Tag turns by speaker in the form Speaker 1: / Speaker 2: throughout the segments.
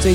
Speaker 1: 最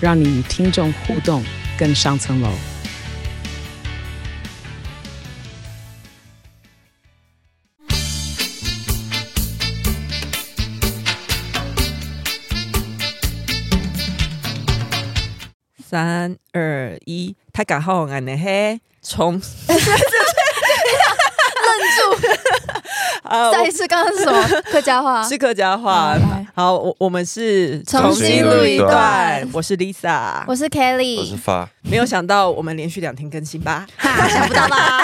Speaker 1: 让你与听众互动更上层楼。
Speaker 2: 三二一，他敢好俺的嘿，从
Speaker 3: 愣 住！
Speaker 2: 啊，
Speaker 3: 再一次，刚刚呃是什么客家话？
Speaker 2: 是客家话
Speaker 3: 好来。
Speaker 2: 好，我我们是
Speaker 3: 重
Speaker 4: 新录一
Speaker 3: 段
Speaker 2: 我是 Lisa。
Speaker 3: 我是
Speaker 4: 我是
Speaker 3: Kelly，
Speaker 4: 发，
Speaker 2: 没有想到我们连续两天更新吧？
Speaker 3: 哈，想不到吧？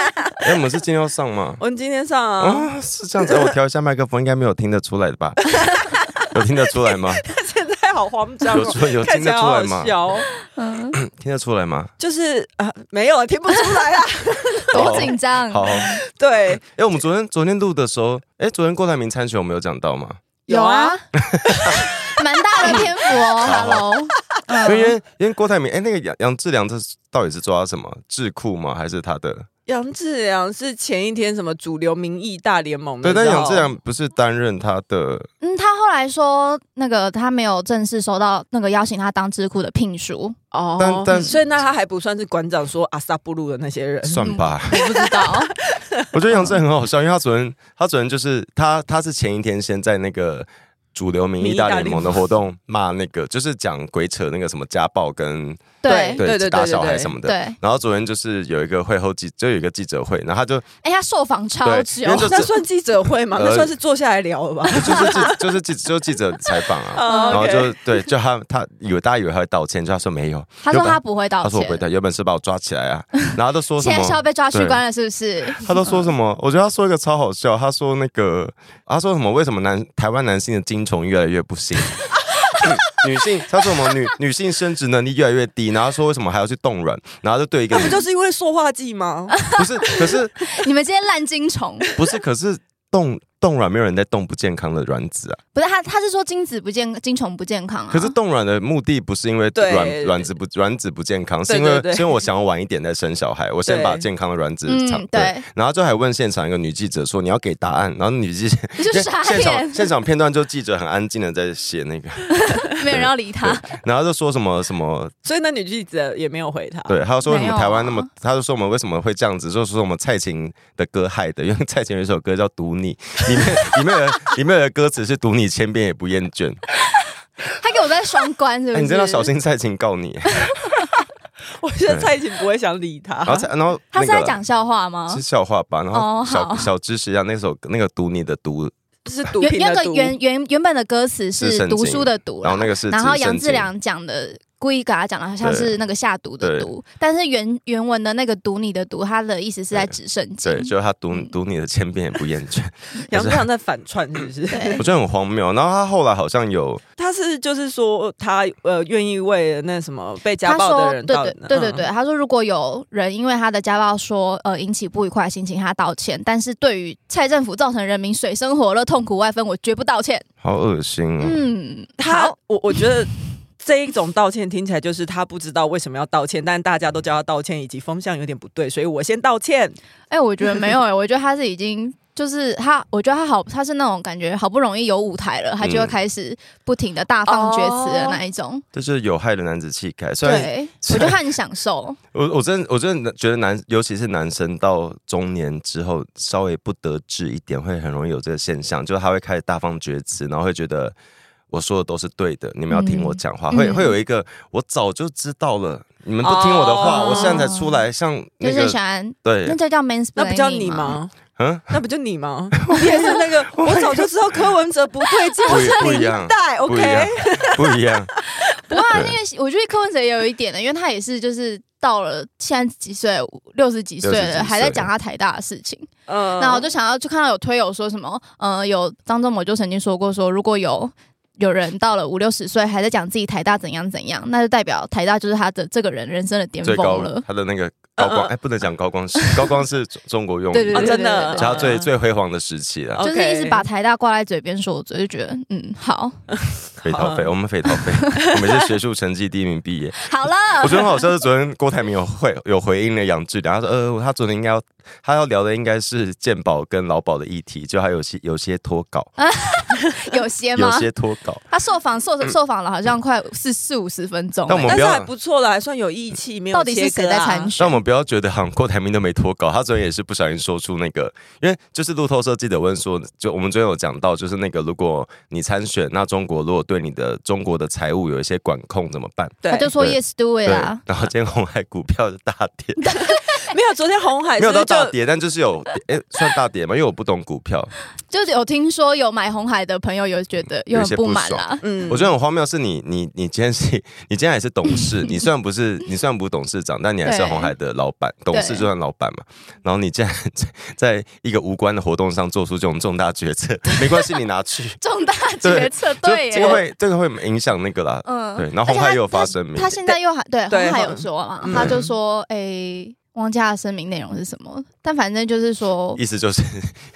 Speaker 4: 哎、我们是今天要上吗？
Speaker 2: 我们今天上啊，
Speaker 4: 啊，是这样子，哎我调一下麦克风，应该没有听得出来的吧？ 有听得出来吗？
Speaker 2: 现在好慌张
Speaker 4: 有
Speaker 2: 哦，
Speaker 4: 出有
Speaker 2: 看起
Speaker 4: 听得
Speaker 2: 来
Speaker 4: 出
Speaker 2: 好
Speaker 4: 来
Speaker 2: 好
Speaker 4: 吗？
Speaker 2: 笑哦。
Speaker 3: 嗯，
Speaker 4: 听得出来吗？
Speaker 2: 就是啊，没有听不出来 啦。
Speaker 3: 多紧张！
Speaker 4: 好，哎、
Speaker 2: 对，
Speaker 4: 我们昨天昨天录的时候，哎、昨天郭台铭参选我们有讲到吗？
Speaker 3: 有啊， 蛮大的篇幅哦。
Speaker 4: 好
Speaker 3: Hello，
Speaker 4: 因为因
Speaker 3: 嗯
Speaker 4: 为因为郭台铭，哎、那个杨杨志良这到底是抓什么智库吗？还是他的？
Speaker 2: 杨志良是前一天什么主流民意大联盟的，
Speaker 4: 对，但
Speaker 2: 你知道
Speaker 4: 杨志良不是担任他的，
Speaker 3: 嗯，他后来说那个他没有正式收到那个邀请他当智库的聘书，
Speaker 2: 哦，
Speaker 4: 但但
Speaker 2: 所以那他还不算是馆长说阿萨布鲁的那些人，
Speaker 4: 算吧。
Speaker 3: 我不知 道。
Speaker 4: 我觉得杨志良很好笑，因为他昨天他昨天就是他他是前一天先在那个主流民意大联盟的活动骂那个，就是讲鬼扯那个什么家暴跟
Speaker 3: 哎对
Speaker 2: 对对对
Speaker 4: 打小孩什么
Speaker 3: 对，
Speaker 4: 的。
Speaker 3: 哎，
Speaker 4: 然后昨天就是有一个会后记，就有一个记者会，然后他就
Speaker 3: 哎他受访超
Speaker 4: 对
Speaker 3: 久
Speaker 4: 因为，就
Speaker 2: 哦那算记者会吗？
Speaker 4: 呃
Speaker 2: 那算是坐下来聊 了吧？
Speaker 4: 就是记就是记就是记者采访啊，
Speaker 2: 啊
Speaker 4: 然后
Speaker 2: OK
Speaker 4: 就对，就他他以为大家以为他会道歉，就他说没有，
Speaker 3: 他说他不会道
Speaker 4: 他说我
Speaker 3: 歉
Speaker 4: 不，会道，有本事把我抓起来啊，然后他都说什
Speaker 3: 现在是要
Speaker 4: 么，
Speaker 3: 被抓去
Speaker 4: 对
Speaker 3: 关了，是不是？
Speaker 4: 他都说什么，我觉得他说一个超好笑，他说那个他说什么为什么男台湾男性的精虫越来越不行。 女性，他说什么女女性生殖能力越来越低，然后说为什么还要去冻卵，然后就对一个
Speaker 2: 那不
Speaker 4: 女
Speaker 2: 就是因为塑化剂吗？
Speaker 4: 不是，可是
Speaker 3: 你们这些烂精虫！
Speaker 4: 不是，可是冻冻卵没有人在冻不健康的卵子啊。
Speaker 3: 不是他，他是说精子不健，精虫不健康啊。
Speaker 4: 可是冻卵的目的不是因为
Speaker 2: 对
Speaker 4: 卵卵子不卵子不健康，是
Speaker 2: 对
Speaker 4: 因为
Speaker 2: 对对
Speaker 4: 是因为我想要晚一点再生小孩，我先
Speaker 2: 对
Speaker 4: 把健康的卵子产
Speaker 3: 嗯，。对，
Speaker 4: 然后就还问现场一个女记者说：“你要给答案。”然后女记者
Speaker 3: 你就傻
Speaker 4: 现
Speaker 3: 眼
Speaker 4: 场，现场片段就记者很安静的在写那个，
Speaker 3: 没有人要理他。
Speaker 4: 然后就说什么什么
Speaker 2: 所以那女记者也没有回他。
Speaker 4: 对，他就说为什
Speaker 3: 没有
Speaker 4: 么
Speaker 3: 啊
Speaker 4: 台湾那么，他就说我们为什么会这样子，就说我们蔡琴的歌害的，因为蔡琴有一首歌叫《读你》，里面里面的里面的歌词是“读你千遍也不厌倦”，
Speaker 3: 他给我在双关，是不
Speaker 4: 哎、
Speaker 3: 是？
Speaker 4: 你真的要小。心蔡琴告你。
Speaker 2: 我觉得
Speaker 4: 对
Speaker 2: 蔡琴不会想理他
Speaker 4: 然。后蔡，然后
Speaker 3: 啊他是
Speaker 4: 那
Speaker 3: 在
Speaker 4: 个
Speaker 3: 讲笑话吗
Speaker 4: 是？笑话吧，然后
Speaker 3: 哦
Speaker 4: 小、
Speaker 3: 好
Speaker 4: 小知识一下，那首那个“读你”的“读
Speaker 2: 是毒
Speaker 3: 原
Speaker 2: 品
Speaker 3: 那
Speaker 2: 的
Speaker 3: 个
Speaker 2: 毒，
Speaker 3: 原原原本的歌词
Speaker 4: 是
Speaker 3: 是
Speaker 4: 圣经
Speaker 3: 读书的读”，啦，
Speaker 4: 然后那个是
Speaker 3: 然后
Speaker 4: 指
Speaker 3: 杨
Speaker 4: 圣
Speaker 3: 志
Speaker 4: 经
Speaker 3: 良讲的故意给他讲的好像
Speaker 4: 对
Speaker 3: 是那个下毒的毒，但是原原文的那个读你的读，他的意思是在指圣经
Speaker 4: 对，。就是他读
Speaker 3: 嗯
Speaker 4: 读你的千遍也不厌倦，
Speaker 2: 杨志良在反串，是不是？
Speaker 3: 对
Speaker 4: 我觉得很荒谬。然后他后来好像有，
Speaker 2: 他是就是说他呃愿意为了那什么被家
Speaker 3: 他
Speaker 2: 暴
Speaker 3: 说
Speaker 2: 的：“人
Speaker 3: 对
Speaker 2: 道嗯
Speaker 3: 对对对对，，他说如果有人因为他的家暴说呃引起不愉快的心情，他道歉。但是对于蔡政府造成人民水深火热、痛苦外分，我绝不道歉。
Speaker 4: 好恶心哦。
Speaker 3: 嗯，
Speaker 2: 他
Speaker 3: 好，
Speaker 2: 我我觉得。这一种道歉听起来就是他不知道为什么要道歉，但大家都叫他道歉，以及风向有点不对，所以我先道歉。
Speaker 3: 哎、我觉得 没有哎、我觉得他是已经就是他，我觉得他好，他是那种感觉好不容易有舞台了，他就会
Speaker 4: 嗯
Speaker 3: 开始不停的大放厥词
Speaker 2: 哦
Speaker 3: 的那一种。
Speaker 4: 这就是有害的男子气概，虽然
Speaker 3: 对，
Speaker 4: 虽
Speaker 3: 我觉得
Speaker 4: 然
Speaker 3: 他很享受。
Speaker 4: 我我真的我真的觉得男，尤其是男生到中年之后，稍微不得志一点，会很容易有这个现象，就是他会开始大放厥词，然后会觉得我说的都是对的，你们要听我讲话，
Speaker 3: 嗯
Speaker 4: 会
Speaker 3: 嗯
Speaker 4: 会有一个我早就知道了，你们不听我的话，
Speaker 2: 哦
Speaker 4: 我现在才出来，像
Speaker 3: 就
Speaker 4: 那
Speaker 3: 是
Speaker 4: 个
Speaker 3: 喜欢，那
Speaker 4: 对，
Speaker 3: 这叫 mansplaining
Speaker 2: 那不叫你
Speaker 3: 吗？
Speaker 2: 吗？
Speaker 4: 嗯，
Speaker 2: 那不就你吗？你也是那个， 我早就知道柯文哲不对劲，
Speaker 4: 不
Speaker 2: 我
Speaker 4: 一
Speaker 2: 是
Speaker 4: 不一
Speaker 2: 领
Speaker 4: 样
Speaker 2: 带
Speaker 4: 不一样
Speaker 2: ，OK？，
Speaker 4: 不一样，
Speaker 3: 不过啊，因
Speaker 4: 对
Speaker 3: 为我觉得柯文哲也有一点的，因为他也是就是到了现在几岁，六十几岁
Speaker 4: 60几岁
Speaker 3: 了，还在讲他台大的事情。
Speaker 2: 嗯
Speaker 3: 那我就想要就看到有推友说什么，呃，有张忠谋就曾经说过说，如果有有人到了五六十岁还在讲自己台大怎样怎样，那就代表台大就是他的这个人人生的巅
Speaker 4: 最
Speaker 3: 峰
Speaker 4: 高
Speaker 3: 了。
Speaker 4: 他的那个高
Speaker 2: 嗯
Speaker 4: 光，
Speaker 2: 嗯
Speaker 4: 哎，不能讲高光是高光是中中国用语，
Speaker 3: 对对
Speaker 2: 啊，
Speaker 3: 对
Speaker 2: 真的，
Speaker 4: 就他最
Speaker 2: 嗯
Speaker 4: 最辉煌的时期
Speaker 2: 哦
Speaker 4: 了，
Speaker 3: 就是一直把台大挂在嘴边说，我就觉得嗯，好，
Speaker 4: 匪逃匪，我们匪逃匪，我们是学术成绩第一名毕业。
Speaker 3: 好了，
Speaker 4: 我 觉得很好笑是昨天郭台铭有回有回应了杨志良，他说呃他昨天应该要他要聊的应该是健保跟劳保的议题，就还有些有些脱稿，
Speaker 3: 有些
Speaker 4: 有
Speaker 3: 哎吗？
Speaker 4: 些脱稿。
Speaker 3: 他受访受受访了，好像快四四五十分钟、欸
Speaker 4: 但我们
Speaker 2: 但
Speaker 4: 不
Speaker 2: 是
Speaker 4: 要
Speaker 2: 还不错了，还算有义气，没有
Speaker 3: 到底是
Speaker 2: 切
Speaker 3: 谁
Speaker 2: 割
Speaker 3: 在
Speaker 2: 啊
Speaker 3: 参？
Speaker 4: 但
Speaker 3: 选
Speaker 4: 我？们不要觉得好像郭台铭都没脱稿，他昨天也是不小心说出那个，因为就是路透社记者问说，就我们昨天有讲到，就是那个如果你参选，那中国如果对你的中国的财务有一些管控怎么办？
Speaker 3: 他
Speaker 2: 对，
Speaker 3: 就说
Speaker 4: 对
Speaker 3: yes do it 啦。
Speaker 4: 然后今天红海股票的大跌，
Speaker 2: 没有昨天红海
Speaker 4: 没有
Speaker 2: 是不
Speaker 4: 到
Speaker 2: 是就
Speaker 4: 大跌，但就是有哎、算大跌嘛，因为我不懂股票，
Speaker 3: 就是有听说有买红海的朋友有觉得有
Speaker 4: 有
Speaker 3: 很
Speaker 4: 些
Speaker 3: 不
Speaker 4: 不
Speaker 3: 满啊
Speaker 4: 爽
Speaker 3: 啦，
Speaker 2: 嗯
Speaker 4: 我觉得很荒谬，是你你你今天是，你今天还是董事，你虽然不是你虽然不是董事长，但你还是
Speaker 3: 对
Speaker 4: 红海的老板，董事
Speaker 3: 对
Speaker 4: 就算老板嘛。然后你竟然 在在一个无关的活动上做出这种重大决策，没关系，你拿去，
Speaker 3: 重大决策
Speaker 4: 就
Speaker 3: 对
Speaker 4: 这个
Speaker 3: 耶，
Speaker 4: 会这个会影响那个啦。
Speaker 3: 嗯
Speaker 4: 对，然后红海也有发声明，
Speaker 3: 他现在又还对
Speaker 2: 对
Speaker 3: 红海有说嘛
Speaker 2: 嗯，
Speaker 3: 他就说诶。忘记他的声明内容是什么，但反正就是 说
Speaker 4: 意思就是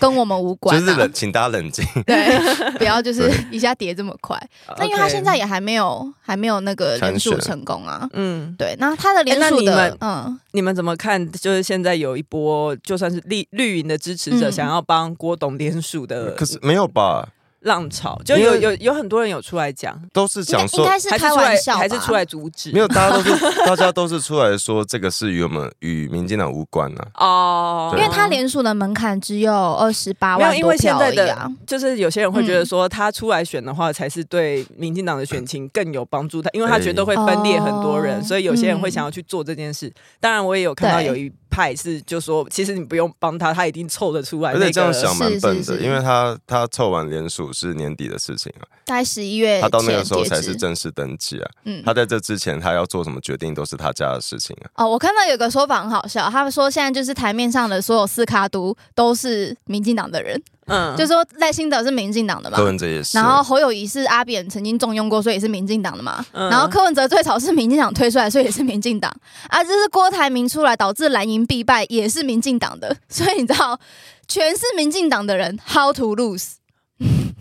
Speaker 3: 跟我们无关、
Speaker 4: 就
Speaker 3: 嗯啊，
Speaker 4: 是冷，请大家冷静。
Speaker 3: 对， 不要就是
Speaker 4: 对
Speaker 3: 一下跌这么快。
Speaker 4: 啊
Speaker 3: 那因为
Speaker 2: OK
Speaker 3: 他现在也还没有还没有那个联署
Speaker 4: 参选
Speaker 3: 成功啊，
Speaker 2: 嗯，
Speaker 3: 对，那他的联
Speaker 2: 诶那
Speaker 3: 署
Speaker 2: 你
Speaker 3: 的
Speaker 2: 们，
Speaker 3: 嗯，
Speaker 2: 你们怎么看？就是现在有一波就算是绿绿营的支持者
Speaker 3: 嗯
Speaker 2: 想要帮郭董联署的
Speaker 4: 可是没有吧？
Speaker 2: 浪潮，就
Speaker 4: 因
Speaker 2: 有
Speaker 4: 为
Speaker 2: 有有很多人有出来讲，
Speaker 4: 都是
Speaker 3: 应该
Speaker 4: 讲
Speaker 3: 应
Speaker 4: 说
Speaker 3: 该是
Speaker 2: 还
Speaker 3: 开
Speaker 2: 出
Speaker 3: 玩
Speaker 2: 来
Speaker 3: 笑吧，
Speaker 2: 还是出来阻止？
Speaker 4: 没有，大家都是大家都是出来说这个是与我们与民进党无关啊。
Speaker 2: 哦，
Speaker 3: 因为
Speaker 4: 嗯
Speaker 3: 他联署的门槛只有二十八
Speaker 2: 没有，
Speaker 3: 万
Speaker 2: 因
Speaker 3: 多
Speaker 2: 为现
Speaker 3: 票
Speaker 2: 在
Speaker 3: 而已
Speaker 2: 的
Speaker 3: 啊。
Speaker 2: 就是有些人会觉得说，他出来选的话，才是对民进党的选情更有帮助。他因为他觉得会分裂很多人，
Speaker 3: 哦
Speaker 2: 嗯所以有些人会想要去做这件事。当然，我也有看到
Speaker 3: 对
Speaker 2: 有一派是就说，其实你不用帮他，他一定凑得出来。
Speaker 4: 而且这样想
Speaker 3: 是
Speaker 4: 蛮笨
Speaker 3: 是
Speaker 4: 的，
Speaker 3: 是
Speaker 4: 因为他他凑完联署是年底的事情啊，
Speaker 3: 大概十一月
Speaker 4: 他到那个
Speaker 3: 前
Speaker 4: 时候
Speaker 3: 截
Speaker 4: 才
Speaker 3: 止
Speaker 4: 是正式登记啊。
Speaker 3: 嗯
Speaker 4: 他在这之前他要做什么决定都是他家的事情啊。
Speaker 3: 哦，我看到有个说法很好笑，他们说现在就是台面上的所有四卡都都是民进党的人，
Speaker 2: 嗯，
Speaker 3: 就是说赖清德是民进党的嘛
Speaker 4: 柯。文哲也是啊，
Speaker 3: 然后侯友谊是阿扁曾经重用过，所以也是民进党的嘛。
Speaker 2: 嗯
Speaker 3: 然后柯文哲最早是民进党推出来，所以也是民进党。啊，这是郭台铭出来导致蓝营必败，也是民进党的。 所以你知道，全是民进党的人，how to lose？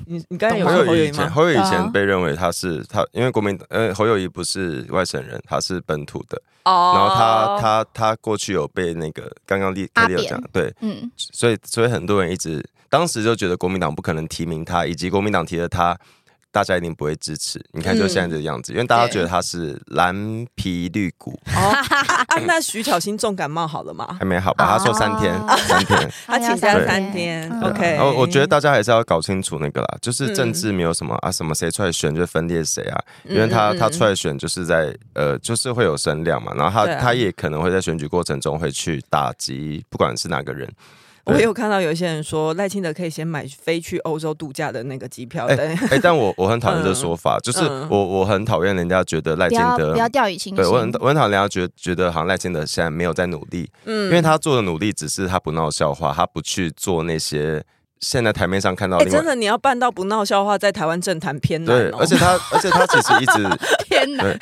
Speaker 2: 你你刚才有
Speaker 4: 侯
Speaker 2: 说侯
Speaker 4: 友
Speaker 2: 友
Speaker 4: 宜以
Speaker 2: 宜
Speaker 4: 前
Speaker 2: 吗？
Speaker 4: 侯友宜以
Speaker 3: 对
Speaker 4: 前
Speaker 3: 啊
Speaker 4: 被认为他是他，因为国民党呃侯友宜不是外省人，他是本土的。
Speaker 2: 哦
Speaker 4: 然后他他他过去有被那个刚刚丽
Speaker 3: 阿
Speaker 4: 丽有
Speaker 3: 扁
Speaker 4: 讲对，
Speaker 3: 嗯，
Speaker 4: 所以所以很多人一直当时就觉得国民党不可能提名他，以及国民党提了他，大家一定不会支持。你看就现在这个样子，因为大家觉得他是蓝皮绿骨，
Speaker 2: 哦 啊啊那徐巧芯重感冒好了吗
Speaker 4: 还？没好
Speaker 2: 啊
Speaker 4: 吧？他说三天，
Speaker 3: 哦
Speaker 4: 三天。
Speaker 2: 他请假三天
Speaker 3: 对
Speaker 4: 对啊
Speaker 2: ，OK
Speaker 4: 然后我觉得大家还是要搞清楚那个啦，就是政
Speaker 2: 嗯
Speaker 4: 治没有什么啊，什么谁出来选就分裂谁啊，因为他
Speaker 2: 嗯嗯
Speaker 4: 他
Speaker 2: 嗯
Speaker 4: 出来选就是在呃，就是会有声量嘛，然后他
Speaker 2: 对啊
Speaker 4: 他也可能会在选举过程中会去打击，不管是哪个人。
Speaker 2: 我
Speaker 4: 对
Speaker 2: 有看到有一些人说，赖清德可以先买飞去欧洲度假的那个机票，等
Speaker 4: 哎、但我我很讨厌这说法，就是
Speaker 2: 嗯
Speaker 4: 我我很讨厌人家觉得赖
Speaker 3: 嗯不
Speaker 4: 清
Speaker 3: 要
Speaker 4: 德
Speaker 3: 不。要掉以轻心。
Speaker 4: 对我很我很讨厌人家觉觉得好像赖清德现在没有在努力，
Speaker 2: 嗯
Speaker 4: 因为他做的努力只是他不闹笑话，他不去做那些现在台面上看 到
Speaker 2: 哎、
Speaker 4: 另外、
Speaker 2: 真的，你要办到不闹笑话，在台湾政坛偏难、
Speaker 4: 对，
Speaker 2: 哦。
Speaker 4: 而且他而且他其实一直
Speaker 3: 天哪！
Speaker 4: 对，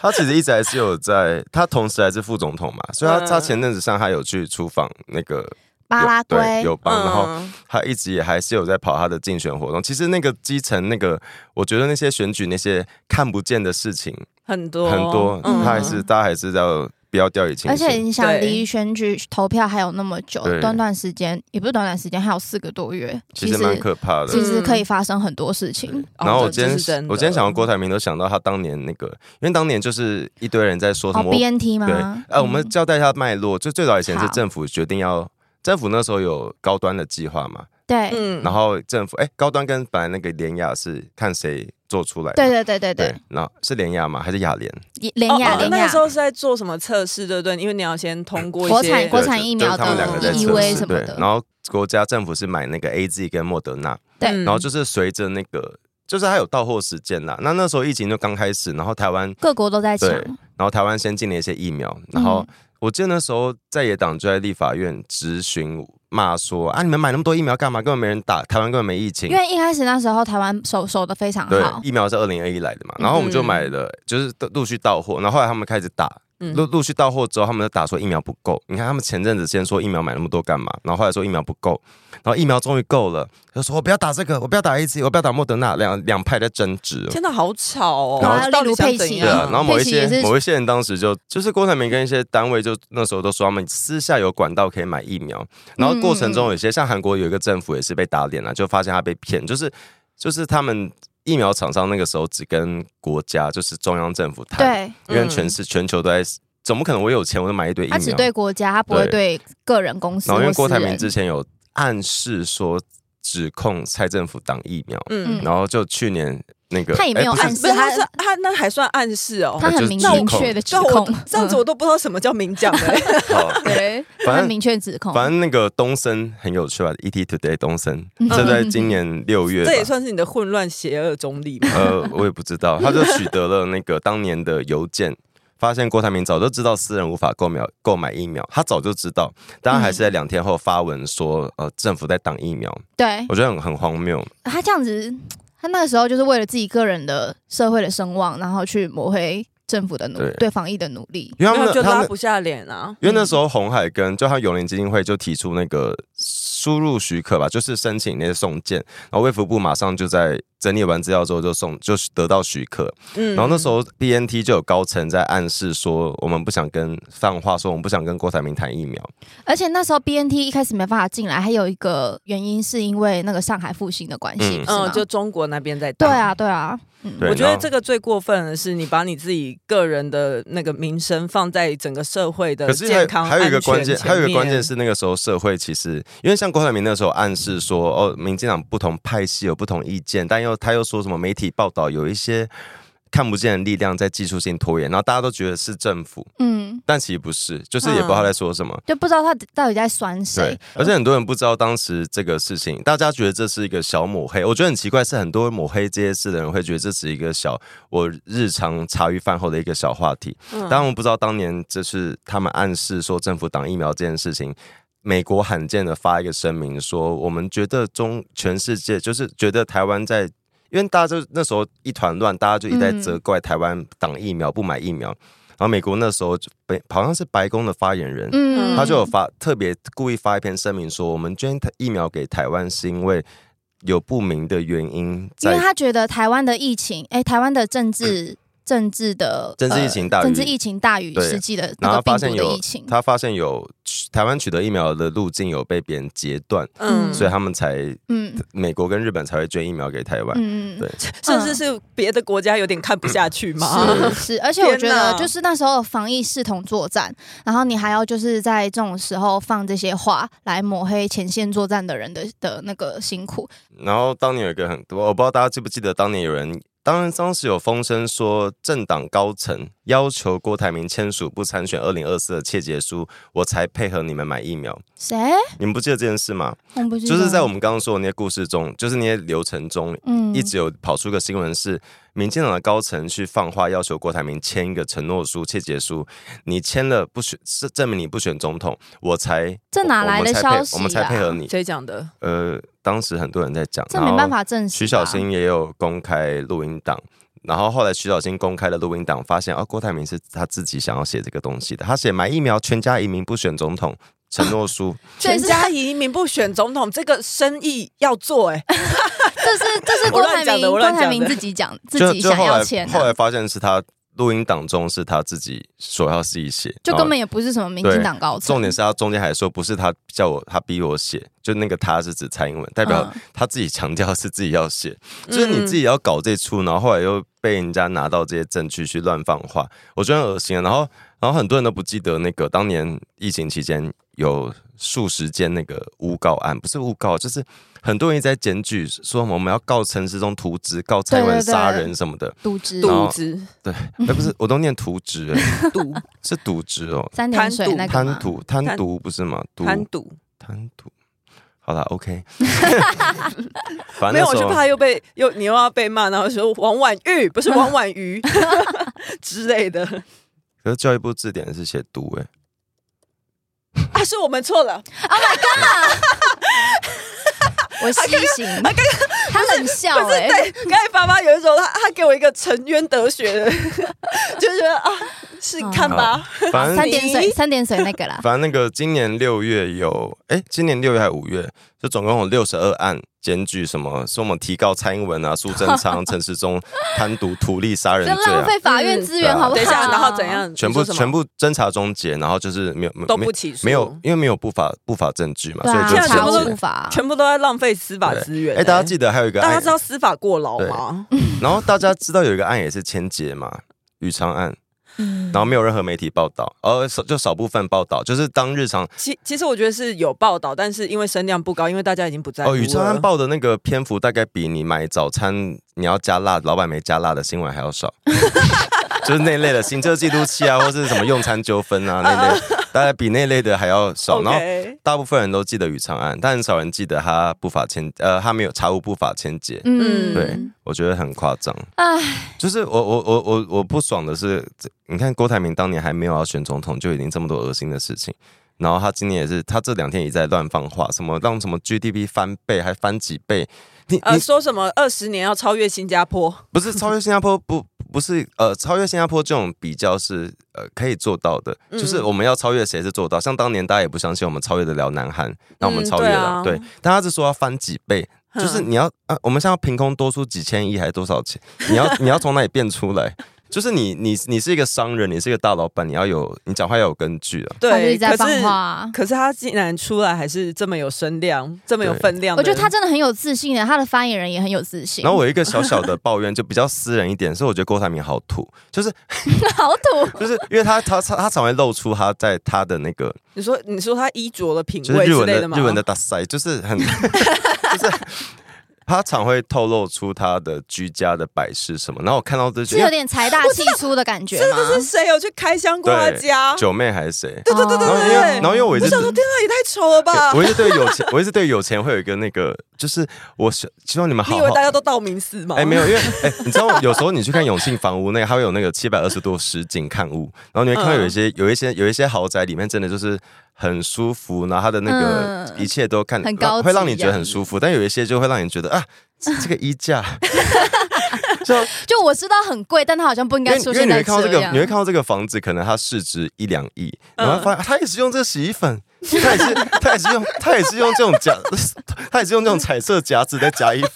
Speaker 4: 他其实一直还是有在，他同时还是副总统嘛，所以他、
Speaker 2: 嗯
Speaker 4: 他前阵子上海有去出访那个
Speaker 3: 巴拉
Speaker 4: 有
Speaker 3: 圭
Speaker 4: 对友邦，然后
Speaker 2: 嗯
Speaker 4: 他一直也还是有在跑他的竞选活动。其实那个基层那个，我觉得那些选举那些看不见的事情
Speaker 2: 很多
Speaker 4: 很多，
Speaker 3: 嗯
Speaker 4: 他还是大家还是要不要掉以轻
Speaker 3: 而且
Speaker 4: 心。
Speaker 3: 你想
Speaker 2: 对
Speaker 3: 离选举投票还有那么久
Speaker 4: 对，
Speaker 3: 短短时间也不是短短时间，还有四个多月，
Speaker 4: 其实蛮可怕的
Speaker 3: 其。实
Speaker 2: 嗯
Speaker 3: 可以发生很多事情。
Speaker 2: 哦
Speaker 4: 然后我
Speaker 2: 这
Speaker 4: 今天
Speaker 2: 这是真的
Speaker 4: 我今天想到郭台铭，都想到他当年那个，因为当年就是一堆人在说什
Speaker 3: 哦嗯
Speaker 4: 么我
Speaker 3: ，BNT
Speaker 4: 对，
Speaker 3: 吗
Speaker 4: 啊？，我们交代一下脉络，就最早以前是
Speaker 3: 好
Speaker 4: 政府决定要，政府那时候有高端的计划嘛，
Speaker 3: 对
Speaker 2: 嗯
Speaker 4: 然后政府哎、高端跟本来那个联雅是看谁做出来的，
Speaker 3: 对对对对对，
Speaker 4: 然后是联雅吗？还是雅联？
Speaker 3: 联雅
Speaker 2: 哦哦
Speaker 3: 联
Speaker 2: 那
Speaker 3: 雅
Speaker 2: 个时，候是在做什么测试，对不对？因为你要先通过
Speaker 3: 国
Speaker 2: 一
Speaker 3: 产
Speaker 2: 些
Speaker 3: 国产疫苗
Speaker 4: 就是他们两个在
Speaker 3: 的
Speaker 4: 测
Speaker 3: 依
Speaker 4: 试
Speaker 3: 偎什么
Speaker 4: 对
Speaker 3: 的，
Speaker 4: 然后国家政府是买那个 A Z 跟莫德纳，
Speaker 3: 对
Speaker 2: 嗯
Speaker 4: 然后就是随着那个。就是它有到货时间啦，那那时候疫情就刚开始，然后台湾，
Speaker 3: 各国都在抢
Speaker 4: 对。然后台湾先进了一些疫苗，然后
Speaker 3: 嗯
Speaker 4: 我记得那时候在野党就在立法院质询骂说啊，你们买那么多疫苗干嘛？根本没人打，台湾根本没疫情
Speaker 3: 因。为一开始那时候台湾守守的非常
Speaker 4: 对
Speaker 3: 好，，嗯
Speaker 4: 疫苗是二零二一来的嘛，然后我们就买了，就是都陆续到货，然后后来他们开始打，
Speaker 2: 嗯
Speaker 4: 陆陆续到货之后，他们就打说疫苗不够。你看他们前阵子先说疫苗买那么多干嘛，然后后来说疫苗不够，然后疫苗终于够了，就说我不要打这个，我不要打 A C，我不要打莫德纳，两两派在争执。
Speaker 2: 天哪，好吵
Speaker 4: 然后
Speaker 2: 哦！到底想怎
Speaker 3: 例如佩奇
Speaker 4: 对
Speaker 2: 样？
Speaker 4: 啊，然后某一
Speaker 3: 嗯
Speaker 4: 些
Speaker 3: 佩奇也是
Speaker 4: 某一些人当时就就是郭台铭跟一些单位就那时候都说他们私下有管道可以买疫苗，然后过
Speaker 3: 嗯
Speaker 4: 程中有些像韩国有一个政府也是被打脸了，就发现他被骗，就是就是他们疫苗厂商那个时候只跟国家就是中央政府谈，
Speaker 3: 对，嗯
Speaker 4: 因为全市全球都在，怎么可能我有钱我就买一堆疫
Speaker 3: 他只
Speaker 4: 苗？
Speaker 3: 对国家，他不会对个人公司
Speaker 4: 然后因
Speaker 3: 或
Speaker 4: 为郭
Speaker 3: 私
Speaker 4: 台铭
Speaker 3: 人。
Speaker 4: 之前有暗示说指控蔡政府挡疫苗，
Speaker 2: 嗯，
Speaker 3: 嗯
Speaker 4: 然后就去年那个
Speaker 3: 他也没
Speaker 4: 哎
Speaker 3: 有
Speaker 4: 不是
Speaker 3: 嗯暗
Speaker 2: 不
Speaker 3: 示
Speaker 2: 是，
Speaker 3: 他
Speaker 2: 他是他那还算暗示哦。
Speaker 3: 他很明
Speaker 4: 那我
Speaker 3: 明确的指
Speaker 2: 这样我
Speaker 3: 控，
Speaker 2: 这样子我都不知道什么叫明讲欸 的。
Speaker 4: 好
Speaker 3: 嗯对，他
Speaker 4: 反
Speaker 3: 很
Speaker 4: 正
Speaker 3: 明确指控。
Speaker 4: 反正那个东森很有趣吧，ET Today 东森，这在今年六月 吧
Speaker 2: 这，也算是你的混乱邪恶中立嘛？
Speaker 4: 呃，我也不知道，他就取得了那个当年的邮件，发现郭台铭早就知道私人无法购买购买疫苗，他早就知道，但他还是在两天后发文说，呃，政府在挡疫苗，
Speaker 3: 对
Speaker 4: 我觉得很很荒谬，
Speaker 3: 他这样子，他那个时候就是为了自己个人的社会的声望，然后去抹黑政府的努
Speaker 4: 对
Speaker 3: 对防疫的努力。
Speaker 4: 因为他
Speaker 2: 没有
Speaker 4: 们
Speaker 2: 就
Speaker 4: 他
Speaker 2: 拉
Speaker 4: 们
Speaker 2: 不下脸啊。
Speaker 4: 因为那时候红海跟就他永林基金会就提出那个输入许可吧，就是申请那些送件，然后卫福部马上就在整理完资料之后就送就得到许可，
Speaker 2: 嗯
Speaker 4: 然后那时候 BNT 就有高层在暗示说，我们不想跟放话说我们不想跟郭台铭谈疫苗，
Speaker 3: 而且那时候 BNT 一开始没办法进来，还有一个原因是因为那个上海复兴的关系，
Speaker 4: 嗯
Speaker 3: 是吗
Speaker 2: 嗯，就中国那边在打
Speaker 3: 对。啊，对啊，嗯，
Speaker 4: 对
Speaker 2: 我觉得
Speaker 4: 然后
Speaker 2: 这个最过分的是，你把你自己个人的那个名声放在整个社会的
Speaker 4: 可是还
Speaker 2: 健康
Speaker 4: 还有一个关键，
Speaker 2: 安全前
Speaker 4: 还有一个关键
Speaker 2: 面
Speaker 4: 是那个时候社会其实，因为像郭台铭那时候暗示说，哦，民进党不同派系有不同意见，但又他又说什么媒体报道有一些看不见的力量在技术性拖延，然后大家都觉得是政府，
Speaker 3: 嗯，
Speaker 4: 但其实不是，就是也不知
Speaker 2: 嗯
Speaker 4: 道他在说什么。
Speaker 3: 就不知道他到底在酸谁
Speaker 4: 对。，而且很多人不知道当时这个事情，大家觉得这是一个小抹黑。我觉得很奇怪，是很多抹黑这些事的人会觉得这是一个小我日常茶余饭后的一个小话题。
Speaker 2: 嗯
Speaker 4: 当然，我不知道当年就是他们暗示说政府挡疫苗这件事情。美国罕见的发一个声明说，我们觉得中全世界就是觉得台湾在，因为大家就那时候一团乱，大家就一直在责怪台湾挡疫苗不买疫苗，然后美国那时候就被好像是白宫的发言人，
Speaker 3: 嗯
Speaker 4: 他就有发特别故意发一篇声明说，我们捐疫苗给台湾是因为有不明的原因
Speaker 3: 因为
Speaker 4: 在嗯
Speaker 3: 他觉得台湾的疫情，哎、台湾的政治、政治的呃
Speaker 4: 政治疫情大于
Speaker 3: 政治疫情大于
Speaker 4: 对
Speaker 3: 实际的
Speaker 4: 然
Speaker 3: 那
Speaker 4: 后
Speaker 3: 个
Speaker 4: 发
Speaker 3: 病
Speaker 4: 现
Speaker 3: 毒的
Speaker 4: 有
Speaker 3: 疫情，
Speaker 4: 他发现有取台湾取得疫苗的路径有被别人截断，
Speaker 2: 嗯，
Speaker 4: 所以他们才
Speaker 3: 嗯
Speaker 4: 美国跟日本才会捐疫苗给台湾。
Speaker 3: 嗯
Speaker 4: 对
Speaker 2: 甚至是别的国家有点看不下去嘛。
Speaker 4: 啊
Speaker 3: 是 是，而且我觉
Speaker 2: 天哪
Speaker 3: 得就是那时候防疫视同作战，然后你还要就是在这种时候放这些话来抹黑前线作战的人的的那个辛苦，
Speaker 4: 然后当年有一个很多，我不知道大家记不记得，当年有人，当然当时有风声说政党高层要求郭台铭签署不参选二零二四的切结书，我才配合你们买疫苗。
Speaker 3: 谁？
Speaker 4: 你们不记得这件事吗？
Speaker 3: 我不知道
Speaker 4: 就是在我们刚刚说的那些故事中，就是那些流程中，
Speaker 3: 嗯
Speaker 4: 一直有跑出个新闻是，民进党的高层去放话要求郭台铭签一个承诺书、切结书，你签了不选，是证明你不选总统，我才
Speaker 3: 这哪来的
Speaker 4: 我们才配
Speaker 3: 消息啊
Speaker 4: 我们才配合你。
Speaker 2: 谁讲的？
Speaker 4: 呃，当时很多人在讲，
Speaker 3: 这没办。法证实吧。
Speaker 4: 徐小新也有公开录音档。然后后来徐小新公开了录音档，发现啊，郭台铭是他自己想要写这个东西的。他写买疫苗，全家移民，不选总统承诺书，
Speaker 3: 这
Speaker 2: 全
Speaker 3: 是
Speaker 2: 家移民不选总统这个生意要做哎、
Speaker 4: 嗯
Speaker 3: 这是这是
Speaker 2: 我
Speaker 3: 郭
Speaker 2: 乱
Speaker 3: 台
Speaker 2: 讲
Speaker 3: 铭
Speaker 2: 的我
Speaker 3: 郭
Speaker 2: 乱
Speaker 3: 台
Speaker 2: 讲
Speaker 3: 铭
Speaker 2: 的
Speaker 3: 自己 讲 自
Speaker 4: 就
Speaker 3: 己
Speaker 4: 就
Speaker 3: 想
Speaker 4: 后
Speaker 3: 要
Speaker 4: 来
Speaker 3: 钱啊、
Speaker 4: 后来发现是他录音档中是他自己说要自己写，
Speaker 3: 就
Speaker 4: 然后
Speaker 3: 根本也不是什么民进党高层。
Speaker 4: 呃重点是他中间还说不是他叫我，他逼我写，就那个他是指蔡英文，代表
Speaker 3: 嗯
Speaker 4: 他自己强调是自己要写，就是你自己要搞这出，然后后来又被人家拿到这些证据去乱放话，我觉得很恶心啊。然后然后很多人都不记得那个当年疫情期间有数十件那个诬告案，不是诬告，就是很多人一直在检举说我们要告陈时中渎职、告蔡英文
Speaker 3: 对对对
Speaker 4: 杀人什么 的，
Speaker 3: 渎职
Speaker 4: 然后
Speaker 2: 渎职
Speaker 4: 对，哎、不是，我都念渎 职、哎
Speaker 2: 渎
Speaker 4: 是渎职哦，
Speaker 3: 三点水那个
Speaker 4: 贪
Speaker 3: 吗？
Speaker 4: 渎贪
Speaker 2: 贪
Speaker 4: 渎不是吗？
Speaker 2: 贪
Speaker 4: 渎
Speaker 2: 渎，
Speaker 4: 贪渎，好啦 o k 反
Speaker 2: 没
Speaker 4: 正
Speaker 2: 有，
Speaker 4: 啊那
Speaker 2: 我
Speaker 4: 时
Speaker 2: 就
Speaker 4: 候
Speaker 2: 怕又被又你又要被骂，然后说王婉玉 不是王婉瑜 之类的。
Speaker 4: 可是教育部字典是写渎哎，
Speaker 2: 啊，是我们错了，
Speaker 3: 我吸醒，他冷笑
Speaker 2: 可是
Speaker 3: 哎、
Speaker 2: 对， 刚才爸爸有一种他他给我一个沉冤得雪的， 就觉得啊，是看吧，
Speaker 4: 反正
Speaker 3: 三点水，三点水那个啦，
Speaker 4: 反正那个今年六月有，哎、今年六月还是五月，就总共有六十二案检举什么，说我们提告蔡英文啊、苏贞 昌、陈时中贪渎图利杀 人
Speaker 3: 这
Speaker 4: 罪啊
Speaker 3: 浪，费法院资源好
Speaker 2: 嗯
Speaker 3: 不好？
Speaker 2: 啊等一下，然后怎？样？
Speaker 4: 全
Speaker 2: 你
Speaker 4: 部
Speaker 2: 说什么
Speaker 4: 全部侦查终结，然后就是没有没有
Speaker 2: 都
Speaker 4: 没
Speaker 2: 不起诉，
Speaker 4: 没有，因为没有不法不法证据嘛，
Speaker 3: 对
Speaker 4: 所以
Speaker 3: 啊，
Speaker 4: 就
Speaker 2: 现在全部
Speaker 4: 终
Speaker 2: 都
Speaker 4: 结
Speaker 3: 无。法，
Speaker 2: 全部都在浪费司法资源。欸
Speaker 4: 哎、大家记得还有一个
Speaker 2: 大家
Speaker 4: 案
Speaker 2: 知，道司法过劳
Speaker 4: 对
Speaker 2: 吗？
Speaker 4: 然后大家知道有一个案也是千杰嘛，宇昌案，
Speaker 3: 嗯
Speaker 4: 然后没有任何媒体报道，呃，少就少部分报道，就是当日常
Speaker 2: 其其实我觉得是有报道，但是因为声量不高，因为大家已经不在乎
Speaker 4: 哦，宇昌
Speaker 2: 了
Speaker 4: 安报的那个篇幅大概比你买早餐你要加辣，老板没加辣的新闻还要少， 就是那类的行车记录器啊，或是什么用餐纠纷啊 那类，大概比那类的还要少。然后
Speaker 2: OK，
Speaker 4: 大部分人都记得宇昌安，但很少人记得他不法签，呃，他没有查无不法签结。
Speaker 3: 嗯，
Speaker 4: 对，我觉得很夸张。
Speaker 3: 唉，
Speaker 4: 就是我我我我我不爽的是，这你看郭台铭当年还没有要选总统，就已经这么多恶心的事情。然后他今年也是，他这两天也在乱放话，什么让什么 GDP 翻倍，还翻几倍。你
Speaker 2: 呃，
Speaker 4: 你
Speaker 2: 说什么二十年要超越新加坡？
Speaker 4: 不是超越新加坡，不不是呃，超越新加坡这种比较是呃可以做到的，
Speaker 2: 嗯
Speaker 4: 就是我们要超越谁是做到。像当年大家也不相信我们超越得了南韩，那我们
Speaker 2: 嗯
Speaker 4: 超越了，
Speaker 2: 对
Speaker 4: 对
Speaker 2: 啊
Speaker 4: 但他是说要翻几倍，
Speaker 2: 嗯
Speaker 4: 就是你要啊，我们现在要凭空多出几千亿还是多少钱？你要你要从哪里变出来？就是你你你是一个商人，你是一个大老板，你要有你讲话要有根据啊。
Speaker 3: 他就一
Speaker 2: 对，
Speaker 3: 直在
Speaker 2: 可
Speaker 3: 放
Speaker 2: 是
Speaker 3: 话。
Speaker 2: 可是他竟然出来还是这么有声量，这么有分量的。
Speaker 3: 我觉得他真的很有自信的，他的发言人也很有自信。
Speaker 4: 然后我有一个小小的抱怨，就比较私人一点，是我觉得郭台铭好土，就是
Speaker 3: 好 土，
Speaker 4: 就是因为他他他他常会露出他在他的那个
Speaker 2: 你说你说他衣着的品
Speaker 4: 就是
Speaker 2: 味
Speaker 4: 日
Speaker 2: 之
Speaker 4: 文
Speaker 2: 类
Speaker 4: 的
Speaker 2: 的吗？
Speaker 4: 日文的大塞，就是很 就是他常会透露出他的居家的摆饰什么，然后我看到这
Speaker 3: 是有点财大气粗的感觉吗？
Speaker 2: 这
Speaker 4: 哦
Speaker 2: 是
Speaker 4: 啊
Speaker 2: 谁有去开箱过他家？
Speaker 4: 九妹还是谁？
Speaker 2: 对对对对
Speaker 4: 然后因
Speaker 2: 对
Speaker 4: 为
Speaker 2: 对
Speaker 4: 然。后因为我一
Speaker 2: 我
Speaker 4: 直
Speaker 2: 想说，天啊哪，也太丑了吧！
Speaker 4: 我一直对有钱，我一直对有钱会有一个那个，就是我希希望你们好
Speaker 2: 你以
Speaker 4: 好
Speaker 2: 为大。家都道明寺吗？
Speaker 4: 哎，没有，因为哎，你知道有时候你去看永庆房屋那个，它会有那个七百二十度实景看屋，然后你会看
Speaker 3: 嗯
Speaker 4: 到有一些、有一些有一些豪宅里面真的就是很舒服，然后它的那个
Speaker 3: 嗯
Speaker 4: 一切都看
Speaker 3: 很高级
Speaker 4: 会让你觉得
Speaker 3: 这样
Speaker 4: 很
Speaker 3: 子
Speaker 4: 舒服，但有一些就会让你觉得啊，这这个衣 架，就
Speaker 3: 就我知道很贵，但他好像不应
Speaker 4: 因为
Speaker 3: 该
Speaker 4: 因
Speaker 3: 出
Speaker 4: 为
Speaker 3: 现
Speaker 4: 你
Speaker 3: 在
Speaker 4: 会看到这
Speaker 3: 这
Speaker 4: 个，
Speaker 3: 样。嗯
Speaker 4: 你会看到这个房子，可能它市值一两亿，然后发现它也是用这个洗衣粉，它也是 它也是用它也是用这种夹， 它也是用这种彩色夹子在夹 衣服，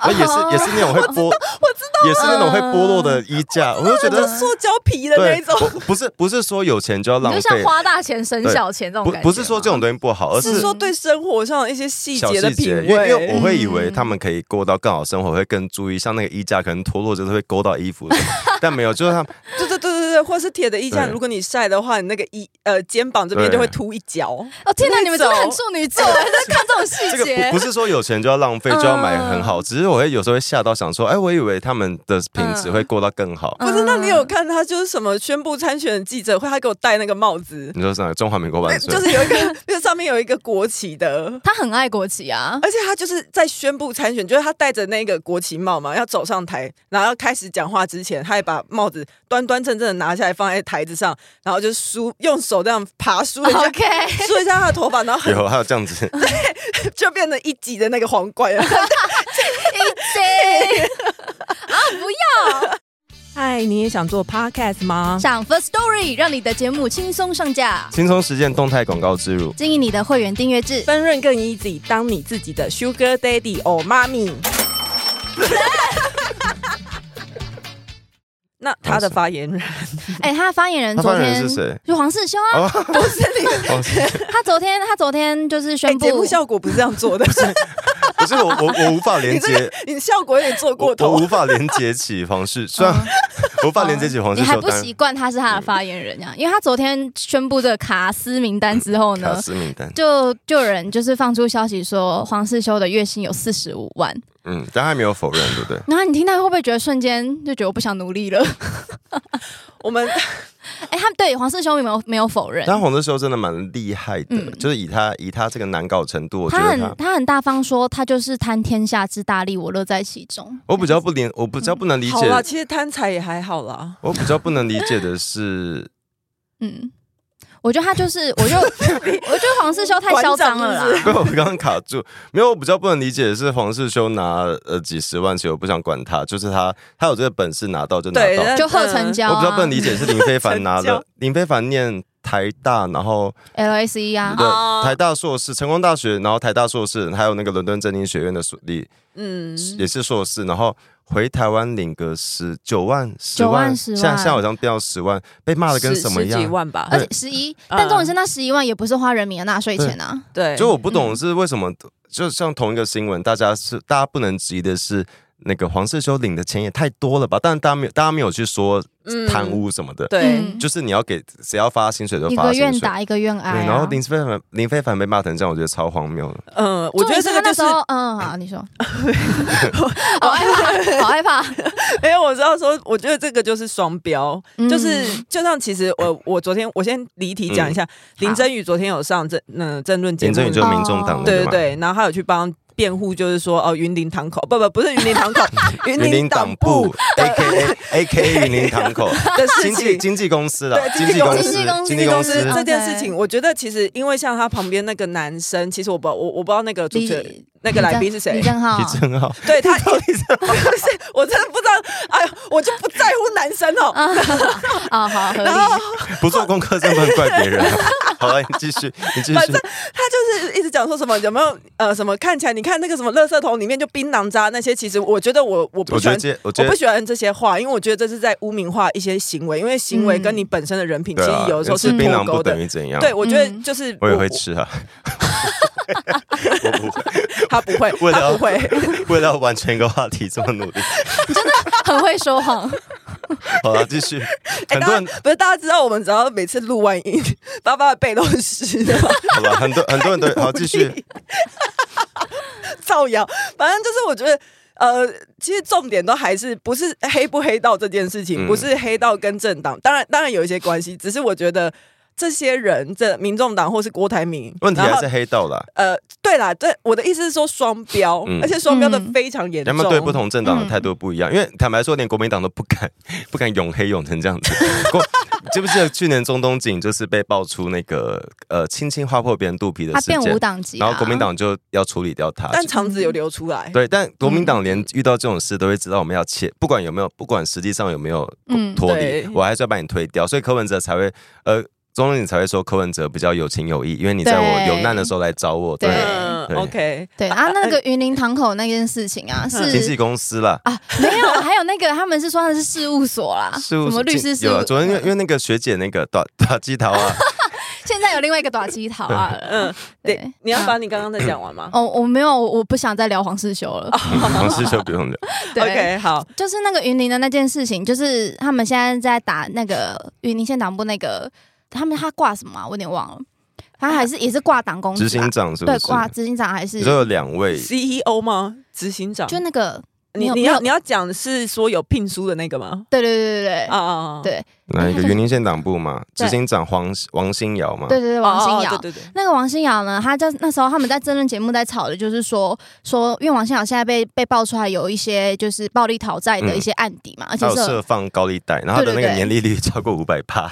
Speaker 4: 然后也
Speaker 3: 哦
Speaker 4: 是也是那种会剥，我知道，也是那种会剥落的衣架，我就觉
Speaker 2: 就
Speaker 4: 得
Speaker 2: 塑胶皮的那
Speaker 4: 对
Speaker 2: 一种，，
Speaker 4: 我不是不是说有钱就要浪
Speaker 3: 你就像
Speaker 4: 费，
Speaker 3: 花大钱省小钱这种
Speaker 4: 不
Speaker 3: 感觉吗，
Speaker 4: 不是说这种东西不好， 而
Speaker 2: 是
Speaker 4: 是
Speaker 2: 说对生活上的一些细
Speaker 4: 小
Speaker 2: 节的
Speaker 4: 细
Speaker 2: 品
Speaker 4: 节，
Speaker 2: 味。
Speaker 4: 因为因为我会以为他们可以过到更好生活，会更注意，像那个衣架可能脱落就是会勾到衣 服什么，但没有，就是他们。
Speaker 2: 对对对对对，或是铁的衣架，
Speaker 4: 对
Speaker 2: 如果你晒的话，你那个衣呃肩膀这边就会
Speaker 4: 对
Speaker 2: 凸一角。
Speaker 3: 哦天哪，
Speaker 2: 那
Speaker 3: 你们真的很
Speaker 2: 种
Speaker 3: 处女座，还在看这种
Speaker 4: 这
Speaker 3: 细
Speaker 4: 个
Speaker 3: 节
Speaker 4: 不不。是说有钱就要浪费，就要买很好，只是我会有时候会吓到，想说，哎，我以为他们的品质会过到更好。
Speaker 2: 不是，那
Speaker 3: 嗯
Speaker 2: 你有看他就是什么宣布参选的记者会，他给我戴那个帽子，
Speaker 4: 你说是哪个中华民国万岁？
Speaker 2: 就是有一个， 就是上面有一个国旗的。
Speaker 3: 他很爱国旗啊，
Speaker 2: 而且他就是在宣布参选，就是他戴着那个国旗帽嘛，要走上台，然后开始讲话之前，他也把帽子端端正正的拿下来放在台子上，然后就梳用手这样爬梳 一下
Speaker 3: OK
Speaker 2: 梳一下他的头发，然后很
Speaker 4: 有还有这样子，
Speaker 2: 就变成一级的那个皇冠了。
Speaker 3: 对， 啊
Speaker 2: 嗨，你也想做 podcast 吗？
Speaker 3: 上 First Story 让你的节目轻松上架，
Speaker 4: 轻松实践动态广告植入。
Speaker 3: 经营你的会员订阅 制。
Speaker 2: 分润更 easy，当你自己的 sugar daddy 哦，妈咪。 那他的发言人
Speaker 3: 哎，他的发言人
Speaker 4: 他
Speaker 3: 昨
Speaker 4: 发言
Speaker 3: 天
Speaker 4: 人是谁？
Speaker 3: 就黄世修啊，
Speaker 4: 哦，不是你，
Speaker 3: 他昨天他昨天就是
Speaker 2: 哎
Speaker 3: 宣布
Speaker 2: 节目效果不是这样做 的，
Speaker 4: 不是我，我我无法连
Speaker 2: 你这个
Speaker 4: 接，
Speaker 2: 你效果有点做过
Speaker 4: 我我
Speaker 2: 头
Speaker 4: 无。法连接起黄世，虽然无法连接起黄世
Speaker 3: 哦你还
Speaker 4: 秀，
Speaker 3: 不
Speaker 4: 但
Speaker 3: 习惯他是他的发言人呀、因为他昨天宣布这个卡斯名单之后
Speaker 4: 卡
Speaker 3: 呢，
Speaker 4: 斯名单，
Speaker 3: 就就有人就是放出消息说黄世修的月薪有四十五万，
Speaker 4: 嗯，但他没有否认，对不对？
Speaker 3: 然后你听到会不会觉得瞬间就觉得我不想努力了？
Speaker 2: 我们
Speaker 3: 哎、他对黄世修没有没有否认，
Speaker 4: 但黄世修真的蛮厉害的，
Speaker 3: 嗯
Speaker 4: 就是以他以他这个难搞程度，我觉
Speaker 3: 他
Speaker 4: 得
Speaker 3: 很他很大方说他就是贪天下之大利，我乐在其中。
Speaker 4: 我比较不连，我比较不能理
Speaker 2: 好啊
Speaker 4: 解
Speaker 2: 啦，其实贪财也还好啦。
Speaker 4: 我比较不能理解的是，
Speaker 3: 嗯，我觉得他就是， 我就我觉得黄世修太嚣张了
Speaker 2: 馆长是不 是。
Speaker 3: 啦
Speaker 4: 被我刚刚卡住，没有，我比较不能理解的是黄世修拿呃几十万，其实我不想管他，就是他他有这个本事拿到就拿
Speaker 2: 对
Speaker 4: 到。
Speaker 3: 就贺成交
Speaker 4: 我比较
Speaker 3: 啊
Speaker 4: 不能理解是林非凡拿
Speaker 2: 成交
Speaker 4: 了，林非凡念台大，然后
Speaker 3: ，LSE 啊，
Speaker 4: 对
Speaker 2: 哦
Speaker 4: 台大硕士，成功大学，然后台大硕士，还有那个伦敦政经学院的硕理
Speaker 2: 嗯，
Speaker 4: 也是硕士，然后回台湾领个十九万、十
Speaker 3: 9万10
Speaker 4: 现
Speaker 3: 万
Speaker 4: 在现在好像掉十万，被骂的跟
Speaker 2: 十
Speaker 4: 什么一样
Speaker 2: 十几？万吧
Speaker 3: 而，
Speaker 4: 对
Speaker 3: 且十一，
Speaker 2: 嗯
Speaker 3: 但重点是那十一万也不是花人民的纳税钱啊。
Speaker 2: 对，
Speaker 4: 就我不懂是为什么，就像同一个新闻，大家是大家不能质疑的是，那个黄世修领的钱也太多了吧？但大家没有，大家没有去说
Speaker 2: 嗯
Speaker 4: 贪污什么的，
Speaker 2: 对，
Speaker 3: 嗯
Speaker 4: 就是你要给谁要发薪水就
Speaker 3: 一
Speaker 4: 发
Speaker 3: 个
Speaker 4: 薪
Speaker 3: 愿
Speaker 4: 水。
Speaker 3: 打一个愿挨、
Speaker 4: 对，
Speaker 3: 啊。
Speaker 4: 然后林非凡林非凡被骂成这样，我觉得超荒谬
Speaker 3: 哦
Speaker 4: 的。
Speaker 2: 嗯，我觉得这个就是
Speaker 3: 重点他那 时候，嗯，好，你说，好害怕，好害怕，
Speaker 2: 因为我知道说，我觉得这个就是双标，
Speaker 3: 嗯
Speaker 2: 就是就像其实我我昨天我先离题讲一下，林真宇昨天有上政嗯政论节
Speaker 4: 嗯
Speaker 2: 目，
Speaker 4: 林正宇就民众党那
Speaker 2: 对对
Speaker 4: 个嘛，
Speaker 2: 对，然后他有去帮辩护，就是说哦云林堂口不不不是云林 堂口，云
Speaker 4: 云林党
Speaker 2: 党
Speaker 4: 部 A K A A K 云林堂口
Speaker 2: 的事
Speaker 4: 经纪
Speaker 2: 情。
Speaker 4: 经纪公司啦，
Speaker 2: 对
Speaker 4: 经
Speaker 2: 经
Speaker 4: 纪
Speaker 2: 纪
Speaker 4: 公
Speaker 2: 公
Speaker 4: 司
Speaker 2: 司
Speaker 4: 经
Speaker 3: 经
Speaker 4: 纪
Speaker 3: 纪
Speaker 4: 公
Speaker 3: 公
Speaker 4: 司
Speaker 3: 司
Speaker 2: 是这件
Speaker 3: OK
Speaker 2: 事情，我觉得其实因为像他旁边那个男生，其实我不我我不知道那个主持人
Speaker 3: 李
Speaker 2: 那个来宾是谁
Speaker 3: 李，正浩
Speaker 4: 李，正浩，
Speaker 2: 对他不是，我真的不知道，哎呦，我就不在乎男生哦，
Speaker 3: 啊， 啊好，合
Speaker 2: 然后
Speaker 3: 理，
Speaker 4: 不做功课真不能怪别人 啊。好了，你继续，你继
Speaker 2: 反
Speaker 4: 续
Speaker 2: 正。他就是一直讲说什么有没有呃什么看起来你看那个什么垃圾桶里面就槟榔渣那些，其实我觉得我我不
Speaker 4: 我
Speaker 2: 喜
Speaker 4: 觉得
Speaker 2: 欢。
Speaker 4: 这，我觉
Speaker 2: 我不
Speaker 4: 得
Speaker 2: 喜欢这些话，因为我觉得这是在污名化一些行为，因为行为
Speaker 3: 嗯
Speaker 2: 跟你本身的人品其
Speaker 4: 对
Speaker 2: 实
Speaker 4: 啊，
Speaker 2: 有的时候是
Speaker 4: 吃
Speaker 2: 脱
Speaker 4: 槟榔不
Speaker 2: 钩
Speaker 4: 等
Speaker 2: 的。
Speaker 4: 于怎样。
Speaker 2: 对，我觉得
Speaker 3: 嗯
Speaker 2: 就是
Speaker 4: 我也会吃啊， 我不会，
Speaker 2: 他不会，
Speaker 4: 为了
Speaker 2: 他不会。
Speaker 4: 为了完成一个话题这么努力。
Speaker 3: 很会说谎，
Speaker 4: 好了，继续。
Speaker 2: 哎，大
Speaker 4: 很多
Speaker 2: 家
Speaker 4: 人
Speaker 2: 不是大家知道，我们只要每次录完音， 爸爸的背都是湿的 吗？
Speaker 4: 好了，很多很多人都好继 续。
Speaker 2: 造谣，反正就是我觉得。呃，其实重点都还是不是黑不黑道这件事情，
Speaker 4: 嗯
Speaker 2: 不是黑道跟政党，当然当然有一些关系，只是我觉得这些人，这民众党或是郭台铭，
Speaker 4: 问题
Speaker 2: 然
Speaker 4: 还
Speaker 2: 后
Speaker 4: 是黑道啦，
Speaker 2: 呃，对啦，对，我的意思是说双标，
Speaker 4: 嗯
Speaker 2: 而且双标的非常严
Speaker 4: 他
Speaker 2: 重，嗯
Speaker 4: 们对不同政党的态度不一样，因为坦白说，连国民党都不敢不敢永黑永成这样子。国记不记得去年中东锦就是被爆出那个呃轻轻划破别人肚皮的
Speaker 3: 他
Speaker 4: 事
Speaker 3: 变
Speaker 4: 件
Speaker 3: 无，党籍啊，
Speaker 4: 然后国民党就要处理掉他。
Speaker 2: 但肠子有流出来，
Speaker 4: 对，但国
Speaker 3: 嗯
Speaker 4: 民党连遇到这种事都会知道我们要切，不管有没有，不管实际上有没有
Speaker 3: 嗯
Speaker 4: 脱离
Speaker 2: 对，
Speaker 4: 我还是要把你推掉。所以柯文哲才会，呃，中你才会说柯文哲比较有情有义，因为你在我
Speaker 3: 对
Speaker 4: 有难的时候来找我。对，
Speaker 3: 对
Speaker 2: 嗯
Speaker 4: 对
Speaker 2: ，OK，
Speaker 3: 对啊，
Speaker 2: 呃
Speaker 3: 那个云林堂口那件事情
Speaker 2: 嗯
Speaker 3: 啊，
Speaker 4: 经纪
Speaker 3: 是
Speaker 4: 公司啦，
Speaker 3: 啊，没有，还有那个他们是说的是事务所啦，
Speaker 4: 事务
Speaker 3: 啊什
Speaker 4: 所
Speaker 3: 么律师
Speaker 4: 经
Speaker 3: 事
Speaker 4: 有
Speaker 3: 务
Speaker 4: 啊。，昨天因为因为那个学姐那个 打打鸡头 啊，
Speaker 3: 现在有另外一个短期桃 啊，嗯
Speaker 2: 嗯，
Speaker 3: 对，
Speaker 2: 你要
Speaker 3: 嗯
Speaker 2: 把你刚刚在讲完吗？
Speaker 3: 哦，我没有，我我不想再聊黄世修了。
Speaker 4: 嗯黄世修不用聊，
Speaker 3: 对，
Speaker 2: 哦 OK，好，
Speaker 3: 就是那个云林的那件事情，就是他们现在在打那个云林县党部那个，他们他挂什么啊？我有点忘了，他还是也是挂党工
Speaker 4: 执
Speaker 3: 职啊
Speaker 4: 行长是不
Speaker 3: 对
Speaker 4: 是？
Speaker 3: 挂执行长还
Speaker 4: 你说
Speaker 3: 是
Speaker 4: 有两位
Speaker 2: CEO E 吗？执行长？
Speaker 3: 就那个没
Speaker 2: 你
Speaker 3: 有
Speaker 2: 你
Speaker 3: 没
Speaker 2: 要
Speaker 3: 有
Speaker 2: 你要讲的是说有聘书的那个吗？
Speaker 3: 对对对对对
Speaker 2: 啊啊啊！
Speaker 3: 对
Speaker 4: 哪一
Speaker 3: 他
Speaker 4: 个
Speaker 3: 就
Speaker 4: 云林县党部嘛，
Speaker 3: 对
Speaker 4: 执行长黄王新尧嘛，
Speaker 3: 对对对
Speaker 2: 哦，
Speaker 3: 王新
Speaker 2: 哦
Speaker 3: 尧。
Speaker 2: 对对对，
Speaker 3: 那个王新尧呢？他在那时候他们在争论节目在吵的，就是说说，因为王新尧现在被被爆出来有一些就是暴力讨债的一些案底嘛，而
Speaker 4: 还
Speaker 3: 且
Speaker 4: 有
Speaker 3: 是有
Speaker 4: 设放高利贷，然后他的那
Speaker 3: 对对
Speaker 4: 个
Speaker 3: 对
Speaker 4: 年利率超过五百帕，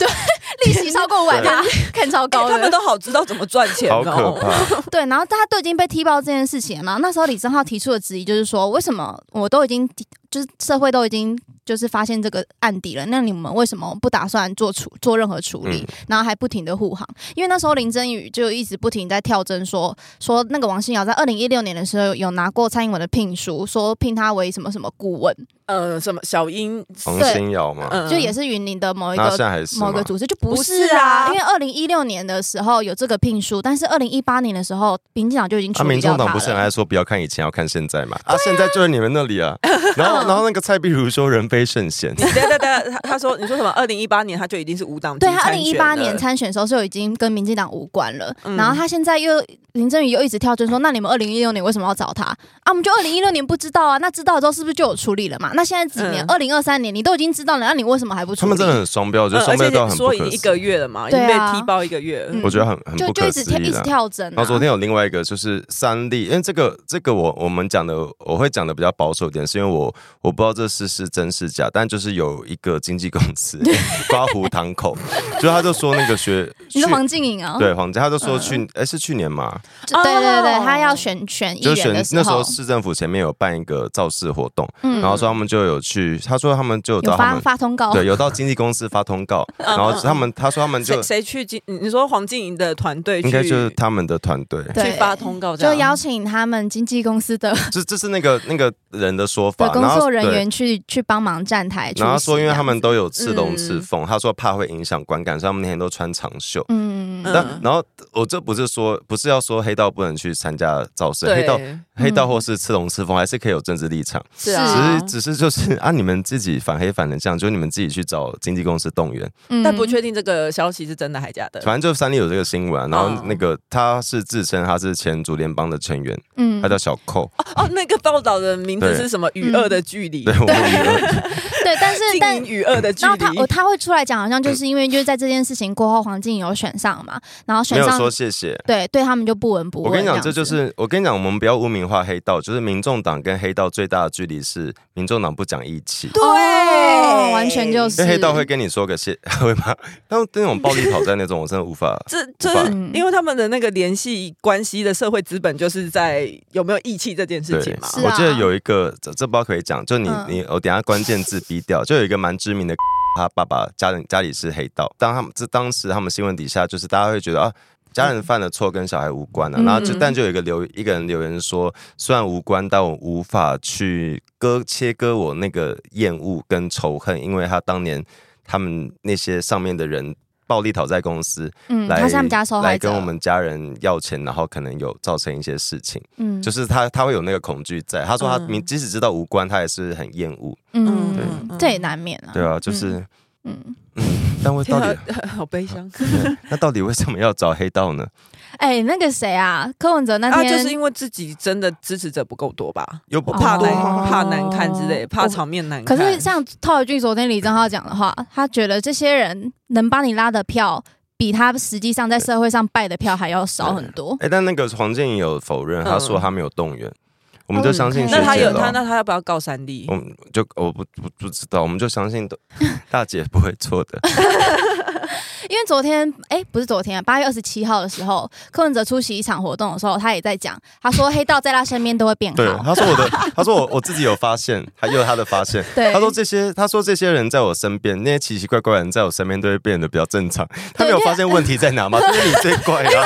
Speaker 3: 利息超过五百趴， 看超高
Speaker 2: 欸
Speaker 3: 的。
Speaker 2: 他们都好知道怎么赚钱
Speaker 4: 好可
Speaker 2: 哦。
Speaker 4: 怕。
Speaker 3: 对，然后大家都已经被踢爆这件事情了，然后那时候李正浩提出的质疑就是说，为什么我都已经就是社会都已经就是发现这个案底了，那你们为什么不打算做处做任何处理，
Speaker 4: 嗯
Speaker 3: 然后还不停的护航？因为那时候林真宇就一直不停在跳针说说那个王信尧在二零一六年的时候有拿过蔡英文的聘书，说聘他为什么什么顾问，
Speaker 2: 呃，什么小英，
Speaker 4: 黄
Speaker 3: 对
Speaker 4: 新尧嘛，
Speaker 2: 嗯
Speaker 3: 就也是云林的某一
Speaker 4: 那现
Speaker 3: 个
Speaker 4: 在还是
Speaker 3: 某
Speaker 4: 吗
Speaker 3: 个组织就不
Speaker 2: 不
Speaker 3: 是
Speaker 2: 是
Speaker 3: 啊，
Speaker 2: 啊
Speaker 3: 因为二零一六年的时候有这个聘书，但是二零一八年的时候，民进党就已经
Speaker 4: 啊，
Speaker 3: 处理
Speaker 4: 民
Speaker 3: 掉
Speaker 4: 众
Speaker 3: 他
Speaker 4: 党
Speaker 3: 了。
Speaker 4: 不是很爱说不要看以前，要看现在嘛？啊，现在就是你们那 里啊。然后，然后那个蔡壁如说人非圣贤，
Speaker 2: 你对对对，他他说你说什么？二零一八年他就已经是无党籍
Speaker 3: 对他二
Speaker 2: 参
Speaker 3: 零
Speaker 2: 选
Speaker 3: 一八年
Speaker 2: 了
Speaker 3: 参选的时候就已经跟民进党无关了，
Speaker 2: 嗯
Speaker 3: 然后他现在又林振宇又一直跳针说，那你们二零一六年为什么要找他啊？我们就二零一六年不知道啊，那知道了之后是不是就有处理了嘛？那现在几年
Speaker 2: 嗯
Speaker 3: 二零二三年你都已经知道了，那你为什么还不处
Speaker 4: 他
Speaker 3: 理？
Speaker 4: 们真的很双标，我觉得
Speaker 3: 嗯
Speaker 2: 呃
Speaker 4: 双
Speaker 2: 而
Speaker 4: 标
Speaker 2: 且
Speaker 4: 到很不
Speaker 2: 说已
Speaker 4: 可
Speaker 2: 经一
Speaker 4: 思
Speaker 2: 个
Speaker 4: 议。
Speaker 2: 月了嘛，已
Speaker 3: 对
Speaker 2: 经被
Speaker 3: 啊
Speaker 2: 踢爆一个月了。
Speaker 3: 嗯
Speaker 4: 我觉得很很
Speaker 3: 就
Speaker 4: 不
Speaker 3: 就
Speaker 4: 可
Speaker 3: 一直
Speaker 4: 思
Speaker 3: 跳
Speaker 4: 议
Speaker 3: 一直
Speaker 4: 啦。
Speaker 3: 跳针、啊。
Speaker 4: 然后昨天有另外一个就是三立，因为这个这个我我们讲的我会讲的比较保守一点，是因为我我不知道这事是真是假，但就是有一个经纪公 司刮胡堂口，就他就说那个学
Speaker 3: 你
Speaker 4: 去
Speaker 3: 说黄静颖啊？
Speaker 4: 对黄家，他就说去哎、是去年嘛，
Speaker 3: 就对对对
Speaker 2: 哦，
Speaker 3: 他要选选议
Speaker 4: 就
Speaker 3: 员
Speaker 4: 选
Speaker 3: 的时
Speaker 4: 那
Speaker 3: 候，
Speaker 4: 时候市政府前面有办一个造势活动，
Speaker 3: 嗯
Speaker 4: 然后说他们就有去，他说他们就有
Speaker 3: 有
Speaker 4: 到他
Speaker 3: 发
Speaker 4: 们。
Speaker 3: 发通告，
Speaker 4: 对，有到经纪公司发 通告，然
Speaker 3: 嗯
Speaker 4: 后他们他说他们就
Speaker 2: 嗯谁谁去进？你说黄静莹的团队
Speaker 4: 应该
Speaker 2: 去
Speaker 4: 就是他们的团队，
Speaker 3: 对
Speaker 2: 去发通告这
Speaker 3: 就
Speaker 2: 样，
Speaker 3: 邀请他们经纪公司的
Speaker 4: 这这是那个那个人的说法
Speaker 3: 的，工
Speaker 4: 然后
Speaker 3: 作人
Speaker 4: 对
Speaker 3: 员去去帮忙站台出席这
Speaker 4: 然
Speaker 3: 样子，
Speaker 4: 后他说，因为他们都有刺龙刺
Speaker 2: 嗯
Speaker 4: 凤，他说怕会影响观感，所以他们那天都穿长袖。
Speaker 3: 嗯，嗯
Speaker 2: 嗯
Speaker 4: 但然后我这不是说不是要说黑道不能去参加造势，黑道
Speaker 3: 嗯
Speaker 2: 对，
Speaker 4: 黑道或是刺龙刺凤还是可以有政治立场，
Speaker 2: 是
Speaker 4: 只
Speaker 2: 啊
Speaker 4: 是，只是就是 啊你们自己反黑反成这样，就是你们自己去找经纪公司动员。
Speaker 3: 嗯
Speaker 2: 但不确定这个消息是真的还假的。
Speaker 4: 反正就三立有这个新闻啊，然后
Speaker 3: 哦
Speaker 2: 嗯
Speaker 4: 那个他是自称他是前竹联帮的成员，
Speaker 3: 嗯
Speaker 4: 他叫小寇，
Speaker 2: 哦，那个报道的名字
Speaker 4: 对
Speaker 2: 是什么？与恶的距离
Speaker 4: 对，，我们
Speaker 3: 对，但是
Speaker 2: 静
Speaker 3: 嗯但
Speaker 2: 莹与恶的距
Speaker 3: 然后他
Speaker 2: 离
Speaker 3: 我。他会出来讲，好
Speaker 4: 嗯
Speaker 3: 像就是因为就是在这件事情过后，黄静颖有选上嘛，然后
Speaker 4: 没
Speaker 3: 选
Speaker 4: 有
Speaker 3: 上
Speaker 4: 说谢谢。
Speaker 3: 对对他们就不闻不问。
Speaker 4: 我跟你讲，
Speaker 3: 样
Speaker 4: 这就
Speaker 3: 子
Speaker 4: 是我跟你讲，我们不要污名化黑道，就是民众党跟黑道最大的距离是民众党不讲义气。
Speaker 3: 哦完全就
Speaker 4: 因
Speaker 3: 是
Speaker 4: 为黑道会跟你说个谢， 会吗？但那种暴力讨债那种，我真的无法
Speaker 2: 这这
Speaker 4: 无法
Speaker 2: 是因为他们的那个联系关系的社会资本，就是在有没有义气这件事情嘛。
Speaker 3: 是
Speaker 4: 我
Speaker 3: 啊
Speaker 4: 记得有一个这这不知道可不可以讲，就你、
Speaker 3: 嗯
Speaker 4: 你哦我等一下关键字逼掉，就有一个蛮知名的。 他爸爸家人家里是黑道，当他们这当时他们新闻底下就是大家会觉得啊，家人犯的错跟小孩无关啊，
Speaker 3: 嗯
Speaker 4: 然后就
Speaker 2: 嗯
Speaker 4: 但就有一个留一个人留言说，虽然无关，但我无法去割切割我那个厌恶跟仇恨，因为他当年他们那些上面的人暴力讨债公司
Speaker 3: 嗯，
Speaker 4: 来、
Speaker 3: 他是他们家受害
Speaker 4: 来
Speaker 3: 者，
Speaker 4: 跟我们家人要钱，然后可能有造成一些事情，
Speaker 3: 嗯
Speaker 4: 就是他他会有那个恐惧在。他说他
Speaker 2: 嗯
Speaker 4: 明、即使知道无关，他也是很厌恶，对
Speaker 3: 嗯，这也难免啊，
Speaker 4: 对啊，就是。
Speaker 3: 嗯，
Speaker 4: 但为到
Speaker 2: 天啊
Speaker 4: 底，
Speaker 2: 好悲伤
Speaker 4: 那到底为什么要找黑道呢？
Speaker 3: 哎，那个谁啊，柯文哲那
Speaker 2: 啊！
Speaker 3: 天
Speaker 2: 就是因为自己真的支持者不够多吧，
Speaker 4: 又不
Speaker 2: 怕
Speaker 3: 哦
Speaker 2: 难
Speaker 3: 多吗
Speaker 2: 怕难看之类，怕
Speaker 3: 我
Speaker 2: 场面难
Speaker 3: 可
Speaker 2: 看。
Speaker 3: 是像套一句昨天李正浩讲的话，他觉得这些人能帮你拉的票，比他实际上在社会上败的票还要少很多。
Speaker 4: 哎、但那个黄建颖有否认，他
Speaker 2: 嗯
Speaker 4: 说
Speaker 2: 哦
Speaker 4: 他没有动员，我们就相信
Speaker 3: 嗯
Speaker 4: 学
Speaker 2: 那他
Speaker 4: 姐
Speaker 2: 有
Speaker 4: 咯
Speaker 2: 他，那他要不要告三立
Speaker 4: 我？们就哦我不不不知道，我们就相 信都大姐不会错的。
Speaker 3: 因为昨天，哎、不是昨天、啊，八月二十七号的时候，柯文哲出席一场活动的时候，他也在讲，他说黑道在他身边都会变
Speaker 4: 对，
Speaker 3: 好。
Speaker 4: 他说我的，他说我我自己有发现，还有他的 发现。
Speaker 3: 对
Speaker 4: 他说这些，他说这些人在我身边，那些奇奇怪怪的人在我身边都会变得比较正常。他没有发现问题在哪吗？ 这是你最怪啊！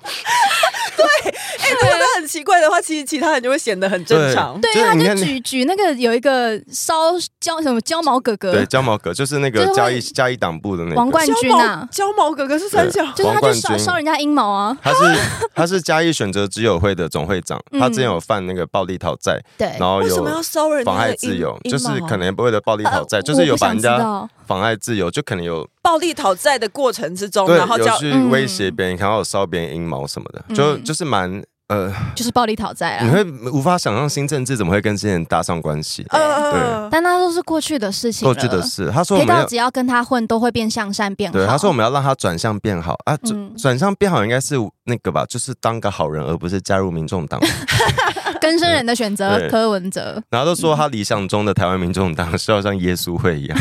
Speaker 2: 哎，如果他很奇怪的话，其实其他人就会显得很正常。
Speaker 3: 对，
Speaker 4: 就是
Speaker 3: 他
Speaker 4: 你
Speaker 3: 就
Speaker 4: 看
Speaker 3: 举举那个有一个烧焦什么焦毛哥
Speaker 4: 对，
Speaker 3: 哥
Speaker 4: 焦毛哥就是那个
Speaker 3: 就是会
Speaker 4: 嘉义嘉义党部的那个
Speaker 3: 王冠
Speaker 2: 焦
Speaker 3: 军
Speaker 2: 毛
Speaker 3: 啊，
Speaker 2: 焦毛哥哥是三小，
Speaker 3: 就是他
Speaker 4: 王冠
Speaker 3: 就
Speaker 4: 军
Speaker 3: 烧烧人家阴毛啊，
Speaker 4: 他是他是嘉义选择之友会的总会长，
Speaker 3: 嗯哎
Speaker 4: 他之前有犯那个暴力讨债，
Speaker 3: 对
Speaker 4: 然，后
Speaker 2: 为什
Speaker 4: 有
Speaker 2: 么要烧人家的
Speaker 4: 妨害自
Speaker 2: 阴
Speaker 4: 由，
Speaker 2: 阴
Speaker 4: 就是
Speaker 2: 毛啊
Speaker 4: 可能为了暴力讨债，
Speaker 3: 呃
Speaker 4: 就是有把人
Speaker 3: 我不想知
Speaker 4: 家
Speaker 3: 道
Speaker 4: 妨碍自由，就可能有
Speaker 2: 暴力讨债的过程之中，
Speaker 4: 对
Speaker 2: 哦然后叫
Speaker 4: 有去威胁别人，然后有烧别人阴毛什么的，就
Speaker 3: 嗯
Speaker 4: 就是蛮呃，
Speaker 3: 就是暴力讨债
Speaker 4: 你
Speaker 3: 啊。
Speaker 4: 会无法想象新政治怎么会跟这些人搭上关系。
Speaker 2: 呃，
Speaker 3: 但那都是过去的事情
Speaker 4: 过
Speaker 3: 了。
Speaker 4: 去的是，他说我
Speaker 3: 黑
Speaker 4: 们
Speaker 3: 道
Speaker 4: 要
Speaker 3: 只要跟他混，都会变向善变好。
Speaker 4: 对，他说我们要让他转向变好啊，
Speaker 3: 嗯
Speaker 4: 转转向变好应该是那个吧，就是当个好人，而不是加入民 众党。
Speaker 3: 更生人的选择
Speaker 4: 对，
Speaker 3: 柯文哲，
Speaker 4: 然后都说他理想中的台湾民众党是要像耶稣会一样。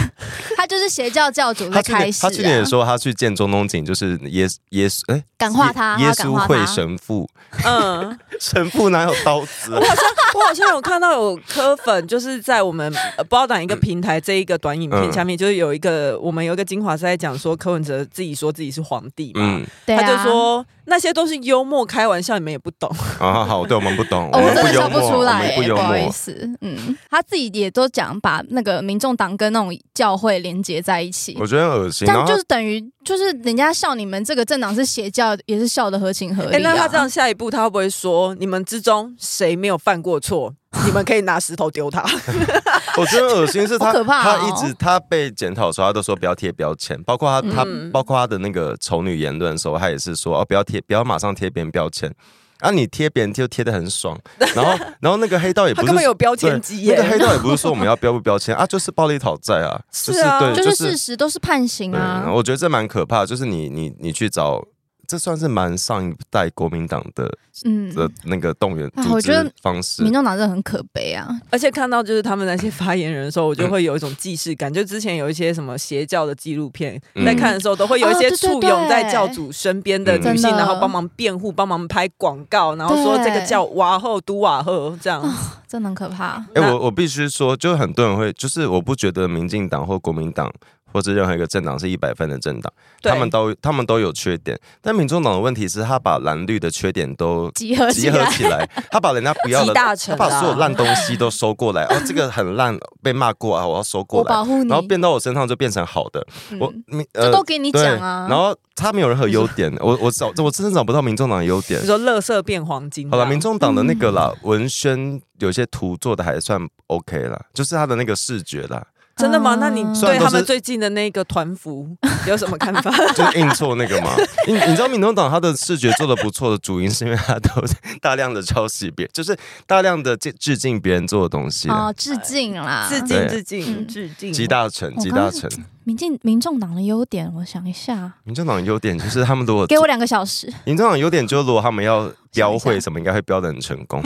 Speaker 3: 他就是邪教教主
Speaker 4: 他
Speaker 3: 的
Speaker 4: 去年
Speaker 3: 开始、
Speaker 4: 他
Speaker 3: 啊。
Speaker 4: 去年也说他去见中东锦，就是耶耶稣哎，
Speaker 3: 感化他他
Speaker 4: 耶耶
Speaker 3: 要
Speaker 4: 稣
Speaker 3: 感化
Speaker 4: 会
Speaker 3: 他
Speaker 4: 神父，
Speaker 2: 嗯，
Speaker 4: 神父哪有刀子、啊？
Speaker 2: 我好像有看到有科粉，就是在我们呃不知道哪一个平台这一个短影
Speaker 4: 嗯
Speaker 2: 片下面，就是有一个我们有一个精华是在讲说柯文哲自己说自己是皇帝嘛，
Speaker 4: 嗯
Speaker 3: 对啊，
Speaker 2: 他就说那些都是幽默开玩笑，你们也不懂。
Speaker 4: 啊，好，对我们不懂，
Speaker 3: 哦， 我
Speaker 4: 们
Speaker 3: 真
Speaker 4: 不
Speaker 3: 的
Speaker 4: 幽
Speaker 3: 笑不
Speaker 4: 默，
Speaker 3: 出
Speaker 4: 我
Speaker 3: 来、
Speaker 4: 们不
Speaker 3: 欸，
Speaker 4: 幽
Speaker 3: 不好意
Speaker 4: 默。
Speaker 3: 思，嗯，他自己也都讲把那个民众党跟那种教会连接在一起
Speaker 4: 我，觉得很恶心。
Speaker 3: 这
Speaker 4: 然
Speaker 3: 样
Speaker 4: 后
Speaker 3: 就是等于就是人家笑你们这个政党是邪教，也是笑的合情合理、啊
Speaker 2: 哎、那他这样下一步他会不会说你们之中谁没有犯过 错，你们可以拿石头丢他？
Speaker 4: 我觉得恶心是他，
Speaker 3: 好可怕
Speaker 4: 他
Speaker 3: 哦
Speaker 4: 一直他被检讨的时候，他都说不要贴标签，包括他他、
Speaker 2: 嗯
Speaker 4: 包括他的那个丑女言论的时候，他也是说哦，不要贴，不要马上贴别人标签。啊，你贴别人就贴的 很爽，然后然后那个黑 道也不
Speaker 2: 他
Speaker 4: 是
Speaker 2: 根本有标签机耶
Speaker 4: 那个，黑道也不是说我们要标不标签啊，就是暴力讨债 啊，
Speaker 2: 是啊
Speaker 4: 对，
Speaker 3: 就
Speaker 4: 就是
Speaker 3: 事实都是判刑
Speaker 4: 对，
Speaker 3: 啊，
Speaker 4: 我觉得这蛮可怕的，就是你你你去找。这算是蛮上一代国民党的
Speaker 3: 嗯，
Speaker 4: 的那个动员
Speaker 3: 啊
Speaker 4: 组
Speaker 3: 我觉得
Speaker 4: 织方式
Speaker 3: 民。众党真的很可悲啊。
Speaker 2: 而且看到就是他们那些发言人的时候，我就会有一种既视感。就之前有一些什么邪教的纪录片，
Speaker 4: 嗯
Speaker 2: 在看的时候都会有一
Speaker 3: 哦
Speaker 2: 些
Speaker 3: 对对
Speaker 2: 簇
Speaker 3: 对
Speaker 2: 拥在教主身边的女性，
Speaker 3: 真的
Speaker 2: 然后帮忙辩护、帮忙拍广告，然后说这个叫瓦后都瓦后这
Speaker 3: 哦
Speaker 2: 样。
Speaker 3: 真的很可怕。
Speaker 4: 哎、
Speaker 2: 那
Speaker 4: 我我必须说，就很多人会，就是我不觉得民进党或国民党或者任何一个政党是一百分的政党，
Speaker 2: 对
Speaker 4: 他们都他们都有缺点。但民众党的问题是，他把蓝绿的缺点都
Speaker 3: 集合
Speaker 4: 集合起来，他把人家不要
Speaker 2: 集
Speaker 4: 的，
Speaker 2: 大成
Speaker 4: 他把所有
Speaker 2: 啦
Speaker 4: 烂东西都收过来。哦，这个很烂，被骂过啊，我要收过
Speaker 3: 我
Speaker 4: 来。
Speaker 3: 保护你，
Speaker 4: 然后变到我身上就变成好的，我
Speaker 3: 嗯
Speaker 4: 民呃
Speaker 3: 这都给你
Speaker 4: 对
Speaker 3: 讲啊。
Speaker 4: 然后他没有任何优点，我我找我真的找不到民众党的优 点
Speaker 2: 你。说乐色变黄金这
Speaker 4: 好
Speaker 2: 样，
Speaker 4: 了，民众党的那个
Speaker 3: 嗯
Speaker 4: 啦，文宣有些图做的还算 OK 啦，就是他的那个视觉啦，
Speaker 2: 真的吗？那你
Speaker 3: 嗯
Speaker 2: 对他
Speaker 4: 虽然都
Speaker 2: 们
Speaker 4: 是
Speaker 2: 最近的那个团服有什么看 法？
Speaker 4: 就是印错那个嘛。你你知道民众党他的视觉做的不错的主因，是因为他都是大量的抄袭别，就是大量的致致敬别人做的东西啊。
Speaker 3: 哦，致敬啦，
Speaker 2: 致敬、
Speaker 4: 对
Speaker 2: 致敬、
Speaker 3: 嗯
Speaker 2: 致敬。
Speaker 4: 集大成，
Speaker 3: 我
Speaker 4: 集
Speaker 3: 刚
Speaker 4: 大
Speaker 3: 刚
Speaker 4: 成。
Speaker 3: 民进民众党的优点，我想一下，
Speaker 4: 民众党的优点就是他们如果
Speaker 3: 给我两个小时，
Speaker 4: 民众党的优点就是如果他们要标
Speaker 3: 想一
Speaker 4: 会
Speaker 3: 下
Speaker 4: 什么，应该会标的很成功。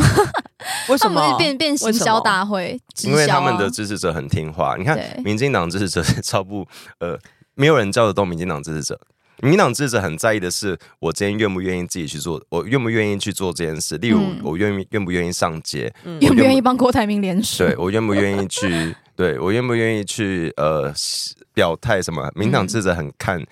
Speaker 2: 为什
Speaker 3: 他们是
Speaker 2: 么？
Speaker 3: 变变行销大会，直
Speaker 4: 因为
Speaker 3: 销
Speaker 4: 他
Speaker 3: 啊
Speaker 4: 们的支持者很听话。你看
Speaker 3: 对，
Speaker 4: 民进党支持者是超不 呃，没有人叫得动民进党支持者。民进党支持者很在意的是，我今天愿不愿意自己去做，我愿不愿意去做这件事。例如
Speaker 3: 嗯，
Speaker 4: 我愿意愿不愿意上街，
Speaker 3: 愿不愿意帮郭台铭联署？
Speaker 4: 对我愿不愿意去， 对我愿不愿意去呃表态什么？民进党支持者很看。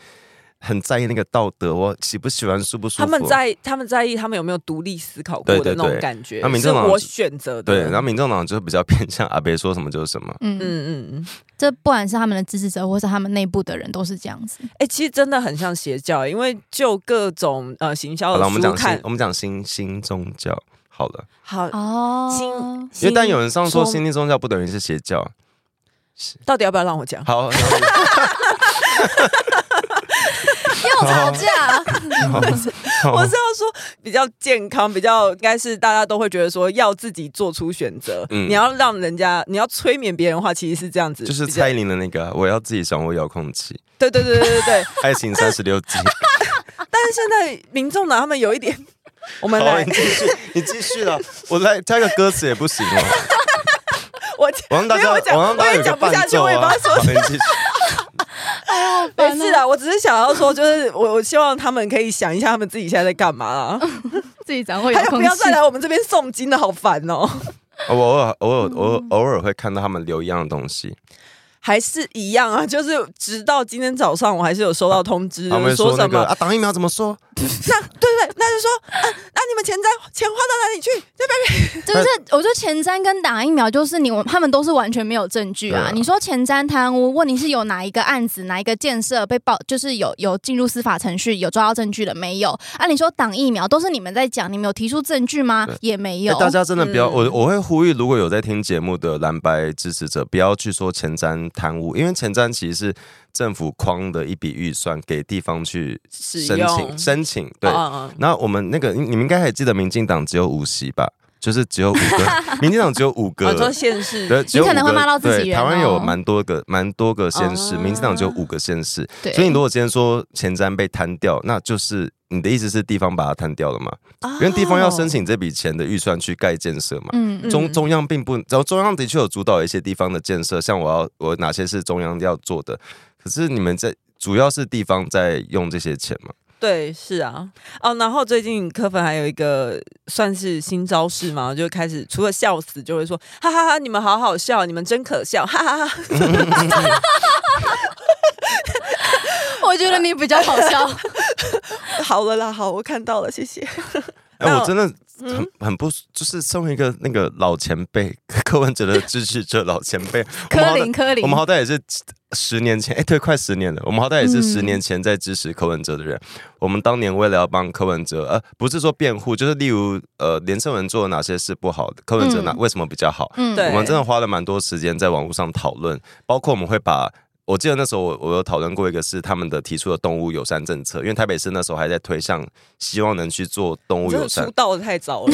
Speaker 4: 很在意那个道德，我喜不喜欢，舒不舒服。
Speaker 2: 他们在他们在意他们有没有独立思考过
Speaker 4: 对
Speaker 2: 的
Speaker 4: 对
Speaker 2: 那种
Speaker 4: 对
Speaker 2: 感觉，
Speaker 4: 那民
Speaker 2: 是
Speaker 4: 众党
Speaker 2: 我选择的。
Speaker 4: 对，然后民众党就比较偏向阿北说什么就是什么。
Speaker 3: 嗯嗯，
Speaker 2: 嗯嗯嗯。
Speaker 3: 这不管是他们的支持者，或是他们内部的人，都是这样子。
Speaker 2: 哎、其实真的很像邪教，因为就各种呃行销
Speaker 4: 好了，
Speaker 2: 的
Speaker 4: 我们
Speaker 2: 书
Speaker 4: 讲新
Speaker 2: 看，，
Speaker 4: 我们讲新新宗教。好了。
Speaker 2: 好，
Speaker 3: 哦
Speaker 2: 新，
Speaker 4: 因为但有人上说
Speaker 2: 说
Speaker 4: 新力宗教不等于是邪教，
Speaker 2: 到底要不要让 我讲？
Speaker 4: 好，
Speaker 3: 又吵架，
Speaker 4: 好
Speaker 2: 我是要说比较健康，比较应该是大家都会觉得说要自己做出选择，
Speaker 4: 嗯
Speaker 2: 你要让人家，你要催眠别人的话，其实是这样子，
Speaker 4: 就是
Speaker 2: 比较
Speaker 4: 蔡依林的那个啊，我要自己掌握遥控 器，
Speaker 2: 对对对对对 对。
Speaker 4: 《爱情三十六计》。
Speaker 2: 但是现在民众党他们有一点，我们
Speaker 4: 好，
Speaker 2: 来
Speaker 4: 你，继续，你继 续了，我来加个歌词也不行哦，
Speaker 2: 我
Speaker 4: 我让大
Speaker 2: 没有
Speaker 4: 家，
Speaker 2: 我讲
Speaker 4: 让大
Speaker 2: 我
Speaker 4: 家
Speaker 2: 也
Speaker 4: 有个
Speaker 2: 讲不下
Speaker 4: 伴
Speaker 2: 去
Speaker 4: 奏
Speaker 2: 我也
Speaker 4: 啊。
Speaker 2: 不知道
Speaker 4: 好，你继续。
Speaker 2: 没 事的，我只是想要说，就是我我希望他们可以想一下他们自己现在在干嘛啦，
Speaker 3: 自己掌握
Speaker 2: 还
Speaker 3: 遥
Speaker 2: 有
Speaker 3: 控
Speaker 2: 不
Speaker 3: 器
Speaker 2: 要。再 来我们这边诵经的好烦哦、
Speaker 4: 我 偶尔、偶尔、偶尔、偶尔会看到他们留一样的东西，
Speaker 2: 还是一样啊， 就是直到今天早上，我还是有收到通知，
Speaker 4: 他们会
Speaker 2: 嗯说
Speaker 4: 那
Speaker 2: 什么
Speaker 4: 个啊，打疫苗怎么说？
Speaker 2: 那对对对，那就说，啊，那你们钱在钱花到哪里去？对吧？
Speaker 3: 就是我觉得前瞻跟打疫苗，就是你他们都是完全没有证据
Speaker 4: 对
Speaker 3: 啊
Speaker 4: 啊。
Speaker 3: 你说前瞻贪污，问题是有哪一个案子、哪一个建设被报，就是有有进入司法程序，有抓到证据了没有？啊，你说打疫苗都是你们在讲，你们有提出证据吗
Speaker 4: 对？
Speaker 3: 也没有
Speaker 4: 欸。大家真的不要，
Speaker 2: 嗯
Speaker 4: 我我会呼吁，如果有在听节目的蓝白支持者，不要去说前瞻贪污，因为前瞻其实是政府框的一笔预算给地方去
Speaker 2: 使
Speaker 4: 申
Speaker 2: 用
Speaker 4: 请申请。对，
Speaker 3: 哦
Speaker 2: 嗯
Speaker 4: 那我们那个你你们应该还记得，民进党只有五席吧？就是只有五 个，民进党只有五
Speaker 2: 嗯，我说
Speaker 4: 个。
Speaker 2: 现世
Speaker 4: 对，只有
Speaker 3: 哦你可能
Speaker 4: 五个
Speaker 3: 会骂到自己
Speaker 4: 对
Speaker 3: 人
Speaker 4: 台湾
Speaker 3: 哦
Speaker 4: 有蛮多个蛮多个县市，
Speaker 2: 哦
Speaker 4: 民进党只有五个县市，
Speaker 3: 对，
Speaker 4: 所以你如果今天说前瞻被摊掉，那就是你的意思是地方把它摊掉了吗？
Speaker 3: 哦
Speaker 4: 因为地方要申，请这笔钱的预算去盖建设嘛。
Speaker 3: 嗯，
Speaker 4: 中
Speaker 2: 嗯
Speaker 4: 中央并不，然后中央的确有主导一些地方的建设，像我要我哪些是中央要做的，可是你们在主要是地方在用这些钱嘛？
Speaker 2: 对，是啊，哦，然后最近柯粉还有一个算是新招式嘛，就开始除了笑死，就会说哈哈哈，你们好好笑，你们真可笑， 哈哈哈，
Speaker 3: 我觉得你比较好 笑。
Speaker 2: 好了啦，好，我看到了，谢谢。
Speaker 4: 哎、
Speaker 2: 那
Speaker 4: 我真的
Speaker 3: 嗯
Speaker 4: 很很不，就是身为一个那个老前辈， 柯文哲的支持者老前辈，我们
Speaker 3: 柯
Speaker 4: 好
Speaker 3: 林，
Speaker 4: 歹
Speaker 3: 柯林，
Speaker 4: 我们好歹也是十年前，哎、对，快十年了，我们好歹也是十
Speaker 3: 嗯
Speaker 4: 年前在支持柯文哲的人。我们当年为了要帮柯文哲，呃，不是说辩护，就是例如呃，连胜文做了哪些事不好，柯文哲哪、
Speaker 3: 嗯
Speaker 4: 为什么比较好？
Speaker 3: 嗯
Speaker 2: 对
Speaker 4: 我们真的花了蛮多时间在网络上讨论，包括我们会把我记得那时候我我有讨论过一个是他们的提出的动物友善政策，因为台北市那时候还在推向，希望能去做动物
Speaker 2: 真
Speaker 4: 友
Speaker 2: 的
Speaker 4: 善
Speaker 2: 出，道的太早了，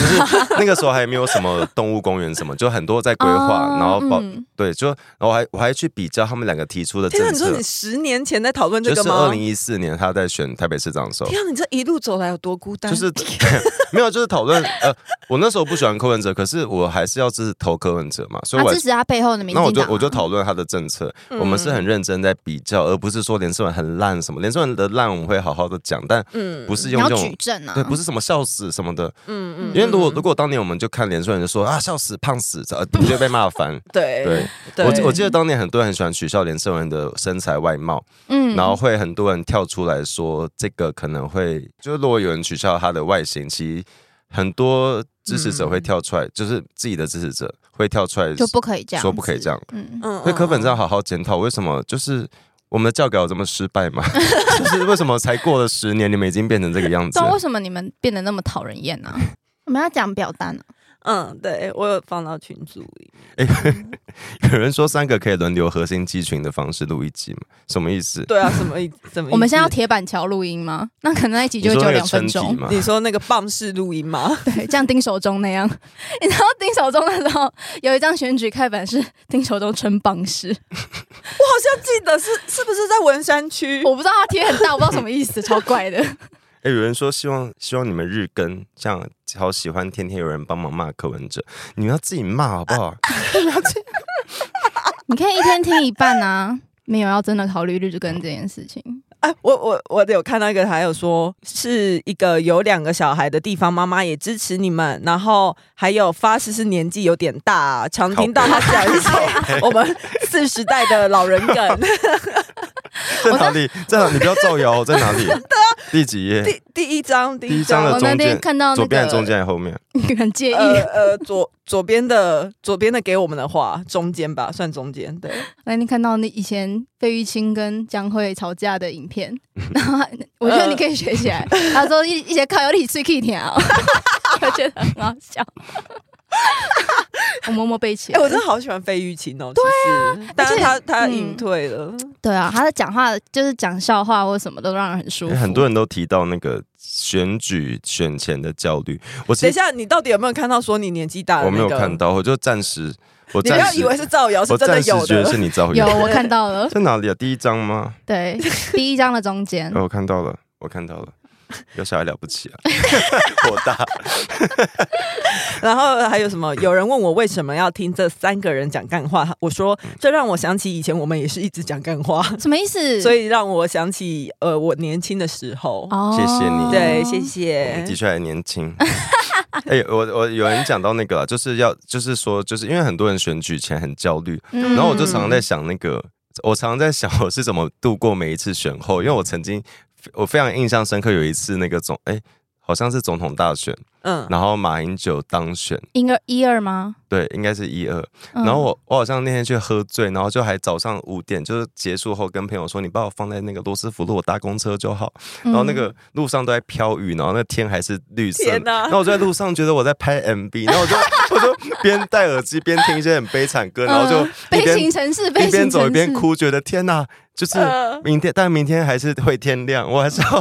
Speaker 4: 那个时候还没有什么动物公园什么，就很多在 规
Speaker 2: 哦
Speaker 4: 划，然后报、
Speaker 3: 嗯
Speaker 4: 对，就然后我还我还去比较他们两个提出的
Speaker 2: 天哪！你
Speaker 4: 政
Speaker 2: 说
Speaker 4: 策
Speaker 2: 你，十年前在讨论这
Speaker 4: 就
Speaker 2: 个
Speaker 4: 是
Speaker 2: 吗？
Speaker 4: 二零一四年他在选台北市长 的时候，
Speaker 2: 天啊，你这一路走来有多孤单？
Speaker 4: 就是 没有就是讨论呃，我那时候不喜欢柯文哲，可是我还是要支持投柯文哲嘛，所以
Speaker 3: 他
Speaker 4: 我
Speaker 3: 啊
Speaker 4: 还
Speaker 3: 支持他背后的民
Speaker 4: 那我
Speaker 3: 进党
Speaker 4: 就
Speaker 3: 啊。嗯
Speaker 4: 我就讨论他的政策，我们是很认真在比较，而不是说连胜文很烂什么，连胜文的烂我们会好好的讲，但
Speaker 2: 嗯
Speaker 4: 不是
Speaker 3: 你
Speaker 4: 用
Speaker 3: 要
Speaker 4: 这
Speaker 3: 举
Speaker 4: 种。
Speaker 3: 证啊，
Speaker 4: 对，不是什么笑死什么的，
Speaker 2: 嗯
Speaker 4: 因为如果如果当年我们就看连胜文就说啊笑死胖死，呃，你就会被骂 翻。
Speaker 2: 对
Speaker 4: 对，
Speaker 2: 对
Speaker 4: 我记我记得当年很多人很喜欢取笑连胜文的身材外貌，
Speaker 3: 嗯
Speaker 4: 然后会很多人跳出来说这个可能会，就是如果有人取笑他的外形，其实很多支持者会跳出来，就是自己的支持者会跳出来
Speaker 3: 嗯就不可以这样，
Speaker 4: 说不可以这样。
Speaker 3: 嗯，
Speaker 2: 嗯
Speaker 4: 所以柯粉
Speaker 2: 照
Speaker 4: 要好好检讨，为什么就是我们的教改有这么失败吗？ 就是为什么才过了十年，你们已经变成这个样子
Speaker 3: 知道？啊为什么你们变得那么讨人厌呢、啊我们要讲表单 啊，
Speaker 2: 嗯，对我有放到群组里。
Speaker 4: 有人说三个可以轮流核心肌群的方式录一集吗？什么意思？
Speaker 2: 对啊，什么意什么意思？
Speaker 3: 我们现在要铁板桥录音吗？那可能那一集
Speaker 4: 你
Speaker 3: 就
Speaker 4: 说
Speaker 3: 会只有
Speaker 4: 那个
Speaker 3: 两分
Speaker 4: 撑体
Speaker 3: 钟，
Speaker 4: 吗？
Speaker 2: 你说那个棒式录音吗？
Speaker 3: 对，像丁守中那样。 你知道丁守中的时候有一张选举开板是丁守中称棒式，
Speaker 2: 我好像 记得是是不是在文山区？
Speaker 3: 我不知道他贴很大，我不知道什么意思，超怪 的。
Speaker 4: 哎、有人说希望希望你们日更，这样好喜欢天天有人帮忙骂柯文哲，你们要自己骂好不
Speaker 3: 啊
Speaker 4: 好？
Speaker 3: 你可以一天听一半啊，没有要真的考虑日更这件事情。
Speaker 2: 哎、我我我有看到一个，还有说是一个有两个小孩的地方，妈妈也支持你们，然后还有发誓是年纪有点大、啊常听到他讲一些我们四十代的老人 梗。
Speaker 4: 在哪里？在哪里？你不要造谣哦，在 哪里？第几页？
Speaker 2: 第第一章，第
Speaker 4: 第一
Speaker 2: 一
Speaker 4: 章
Speaker 2: 章
Speaker 4: 的
Speaker 3: 我
Speaker 4: 中
Speaker 3: 那天
Speaker 4: 间，
Speaker 3: 看到啊哦那
Speaker 4: 左边还
Speaker 3: 个
Speaker 4: 是中间还是后面？
Speaker 3: 很介意，
Speaker 2: 呃 呃，左左边的左边的给我们的话，中间吧，算中间。对，
Speaker 3: 那天看到那以前费玉清跟江蕙吵架的影 片，然后他我觉
Speaker 2: 呃
Speaker 3: 得你可以学起来。他说一一些靠有理最 K 甜啊， 我觉得很好笑。 我默默背起
Speaker 2: 哎、
Speaker 3: 来。
Speaker 2: 我真的好喜欢费玉清哦，对啊，但是他他
Speaker 3: 嗯
Speaker 2: 隐退了，
Speaker 3: 对啊，他的讲话就是讲笑话或什么都让人很舒
Speaker 4: 因
Speaker 3: 服。
Speaker 4: 为哎很多人都提到那个选举选前的焦虑，我
Speaker 2: 等
Speaker 4: 其
Speaker 2: 一
Speaker 4: 实
Speaker 2: 下，你到底有没有看到说你年纪啊大、那
Speaker 4: 我
Speaker 2: 个？
Speaker 4: 没有看，到，我就暂时，我
Speaker 2: 你不
Speaker 4: 暂
Speaker 2: 要
Speaker 4: 时
Speaker 2: 以为是造谣，是
Speaker 4: 我
Speaker 2: 真的
Speaker 4: 暂时
Speaker 2: 有
Speaker 4: 觉
Speaker 2: 的
Speaker 4: 得。是 你造
Speaker 3: 有
Speaker 4: 谣，
Speaker 3: 我看到 了，
Speaker 4: 在哪里啊？第一章吗？
Speaker 3: 对，第一章的中间
Speaker 4: 哦，我看到了，我看到 了，有小孩了不起啊，火大。
Speaker 2: 然后还有什么？有人问我为什么要听这三个人讲干话，我说这让我想起以前我们也是一直讲干话，
Speaker 3: 什么意思？
Speaker 2: 所以让我想起呃我年轻的时候。
Speaker 3: 哦
Speaker 4: 谢谢 你
Speaker 2: 对，谢
Speaker 4: 我们
Speaker 2: 谢
Speaker 4: 的。确还年轻。 哎、我我有人讲到那个啦，就是要就是说，就是因为很多人选举前很焦虑，
Speaker 3: 嗯
Speaker 4: 然后我就常常在想那个，我常常在想我是怎么度过每一次选后，因为我曾经我非常印象深刻有一次那个总哎、好像是总统大选，
Speaker 2: 嗯，
Speaker 4: 然后马英九当选，
Speaker 3: 婴儿一二吗？
Speaker 4: 对，应该是一二，
Speaker 3: 嗯
Speaker 4: 然后我我好像那天去喝醉，然后就还早上五点，就是结束后跟朋友说，你把我放在那个罗斯福路，我搭公车就好。然
Speaker 3: 嗯
Speaker 4: 后那个路上都在飘雨，然后那天还是绿色
Speaker 2: 天
Speaker 4: 的。
Speaker 2: 哪
Speaker 4: 然后我就在路上觉得我在拍 MV，然后我就我就边戴耳机边听一些很悲惨歌，然后就
Speaker 3: 嗯
Speaker 4: 一
Speaker 3: 悲
Speaker 4: 边、
Speaker 3: 情城市，悲
Speaker 4: 一
Speaker 3: 情城
Speaker 4: 边
Speaker 3: 市
Speaker 4: 走一边。哭，觉得天哪，就是
Speaker 2: 呃
Speaker 4: 明天，但明天还是会天亮，我还是要。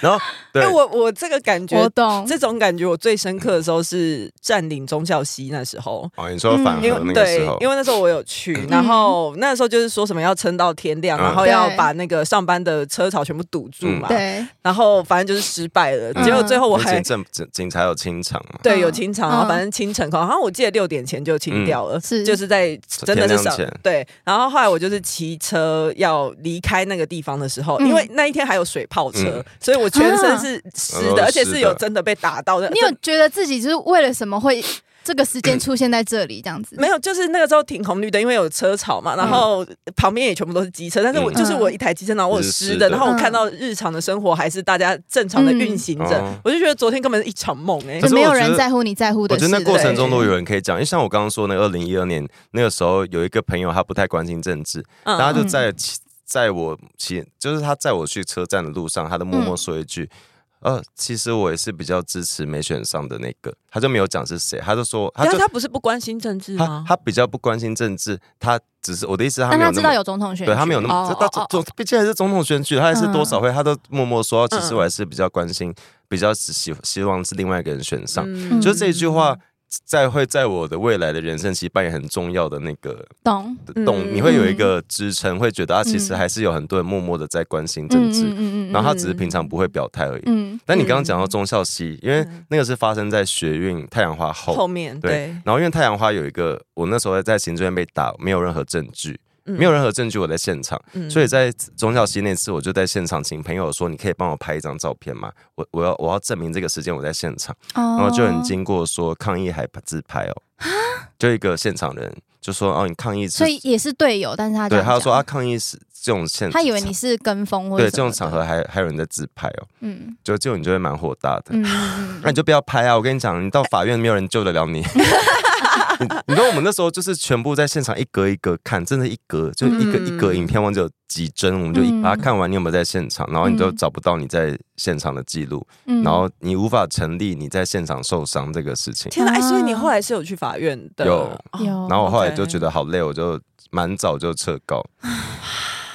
Speaker 4: 然后对
Speaker 2: 哎，我我这个感觉
Speaker 3: 我懂，
Speaker 2: 这种感觉，我最深刻的时候是占领中校西那时候，
Speaker 4: 哦，你说
Speaker 3: 嗯
Speaker 4: 反
Speaker 2: 因
Speaker 4: 核
Speaker 2: 为
Speaker 4: 那个时
Speaker 2: 对
Speaker 4: 候，，
Speaker 2: 因为那时候我有 去，然后那时候就是说什么要撑到天亮，
Speaker 4: 嗯
Speaker 2: 然后要
Speaker 3: 对
Speaker 2: 把那个上班的车潮全部堵住嘛，
Speaker 3: 对，
Speaker 2: 然后反正就是失败了，
Speaker 4: 嗯
Speaker 2: 结果最后我
Speaker 4: 之前
Speaker 2: 还。
Speaker 4: 政警警察有清场嘛，
Speaker 2: 对，
Speaker 3: 嗯
Speaker 2: 有清场，然后
Speaker 3: 嗯
Speaker 2: 反正清晨，好像我记得六点前就清掉了，
Speaker 3: 是
Speaker 2: 就是在真的是
Speaker 4: 嗯天亮
Speaker 2: 上
Speaker 4: 前
Speaker 2: 对，然后后来我就是骑车要离开那个地方的时候，
Speaker 3: 嗯
Speaker 2: 因为那一天还有水泡车，
Speaker 4: 嗯
Speaker 2: 所以我全身是湿的，
Speaker 4: 啊
Speaker 2: 而且是
Speaker 4: 湿
Speaker 2: 有
Speaker 4: 的
Speaker 2: 真的被打到的。
Speaker 3: 你有觉得自己就是为了什么会这个时间出现在这里这样子？
Speaker 2: 没有，就是那个时候停红绿灯，因为有车潮嘛，然后旁边也全部都是机车，但是我、
Speaker 4: 嗯
Speaker 2: 就是我一台机车，然后我有
Speaker 4: 是
Speaker 2: 湿
Speaker 4: 湿
Speaker 2: 的，
Speaker 4: 的
Speaker 2: 然后我看到日常的生活还是大家正常的运行着，
Speaker 4: 嗯
Speaker 2: 我就觉得昨天根本是一场梦哎、
Speaker 4: 可
Speaker 3: 就是没有
Speaker 4: 我觉
Speaker 3: 人
Speaker 4: 得
Speaker 3: 在乎你在乎
Speaker 4: 我
Speaker 3: 的事。
Speaker 4: 觉得那过程中
Speaker 3: 对
Speaker 4: 都有人可以讲，因为像我刚刚说那二零一二年那个时候，有一个朋友他不太关心政治，
Speaker 2: 嗯
Speaker 4: 然后他就在骑在我骑，就是他载我去车站的路上，他就默默说一句。呃，其实我也是比较支持没选上的那个，他就没有讲是谁，他就说他
Speaker 2: 但
Speaker 4: 就
Speaker 2: 他不是不关心政治
Speaker 4: 他
Speaker 2: 吗？
Speaker 4: 他比较不关心政治，他只是我的意思，他
Speaker 3: 但
Speaker 4: 没
Speaker 3: 他
Speaker 4: 有那
Speaker 3: 知道
Speaker 4: 么
Speaker 3: 有总统选举，
Speaker 4: 对他没有那
Speaker 3: 哦
Speaker 4: 么，
Speaker 3: 哦
Speaker 4: 他
Speaker 3: 哦嗯
Speaker 4: 总总毕竟还是总统选举，他还是多少会，他都默默说，其实
Speaker 2: 嗯
Speaker 4: 我还是比较关心，比较希希望是另外一个人选上，
Speaker 2: 嗯
Speaker 4: 就这一句话。在会在我的未来的人生其实扮演很重要的那个
Speaker 3: 懂，
Speaker 2: 嗯
Speaker 4: 动，你会有一个支撑，会觉得啊，其实还是有很多人默默的在关心政治，
Speaker 3: 嗯
Speaker 4: 然后他只是平常不会表态而已。
Speaker 3: 嗯
Speaker 4: 但你刚刚讲到忠孝西，因为那个是发生在学运太阳花后，
Speaker 2: 后面
Speaker 4: 对
Speaker 2: 对，，
Speaker 4: 然后因为太阳花有一个，我那时候在行政院被打，没有任何证据，
Speaker 3: 嗯
Speaker 4: 没有任何证据我在现场，
Speaker 2: 嗯
Speaker 4: 所以在中校西那次，我就在现场请朋友说，你可以帮我拍一张照片吗？我我要我要证明这个时间我在现场，然
Speaker 3: 然
Speaker 4: 后就很，经过说抗议还自拍哦，就一个现场人就说哦你抗议是
Speaker 3: 啊所，以也是队友，但是他
Speaker 4: 对，他就说啊
Speaker 3: 他
Speaker 4: 抗议是这种现，
Speaker 3: 他以为你是跟风或
Speaker 4: 对这种场合，还还有人在自拍哦，
Speaker 3: 嗯
Speaker 4: 就这种你就会蛮火大的，
Speaker 3: 嗯
Speaker 4: 那你就不要拍啊！我跟你讲，你到法院没有人救得了 你。你你知道我们那时候就是全部在现场一格一格看，真的，一格就一个
Speaker 2: 嗯
Speaker 4: 一格影片，忘记有几帧，我们就一
Speaker 3: 嗯
Speaker 4: 把它看完。你有没有在现场？然后你都
Speaker 3: 嗯
Speaker 4: 找不到你在现场的记录，
Speaker 3: 嗯
Speaker 4: 然后你无法成立你在现场受伤这个事情。
Speaker 2: 天啊！哎，所以你
Speaker 3: 啊
Speaker 2: 后来是有去法院的？
Speaker 4: 有
Speaker 2: 哦
Speaker 3: 有，
Speaker 4: 然后我后来
Speaker 2: OK
Speaker 4: 就觉得好累，我就蛮早就撤稿。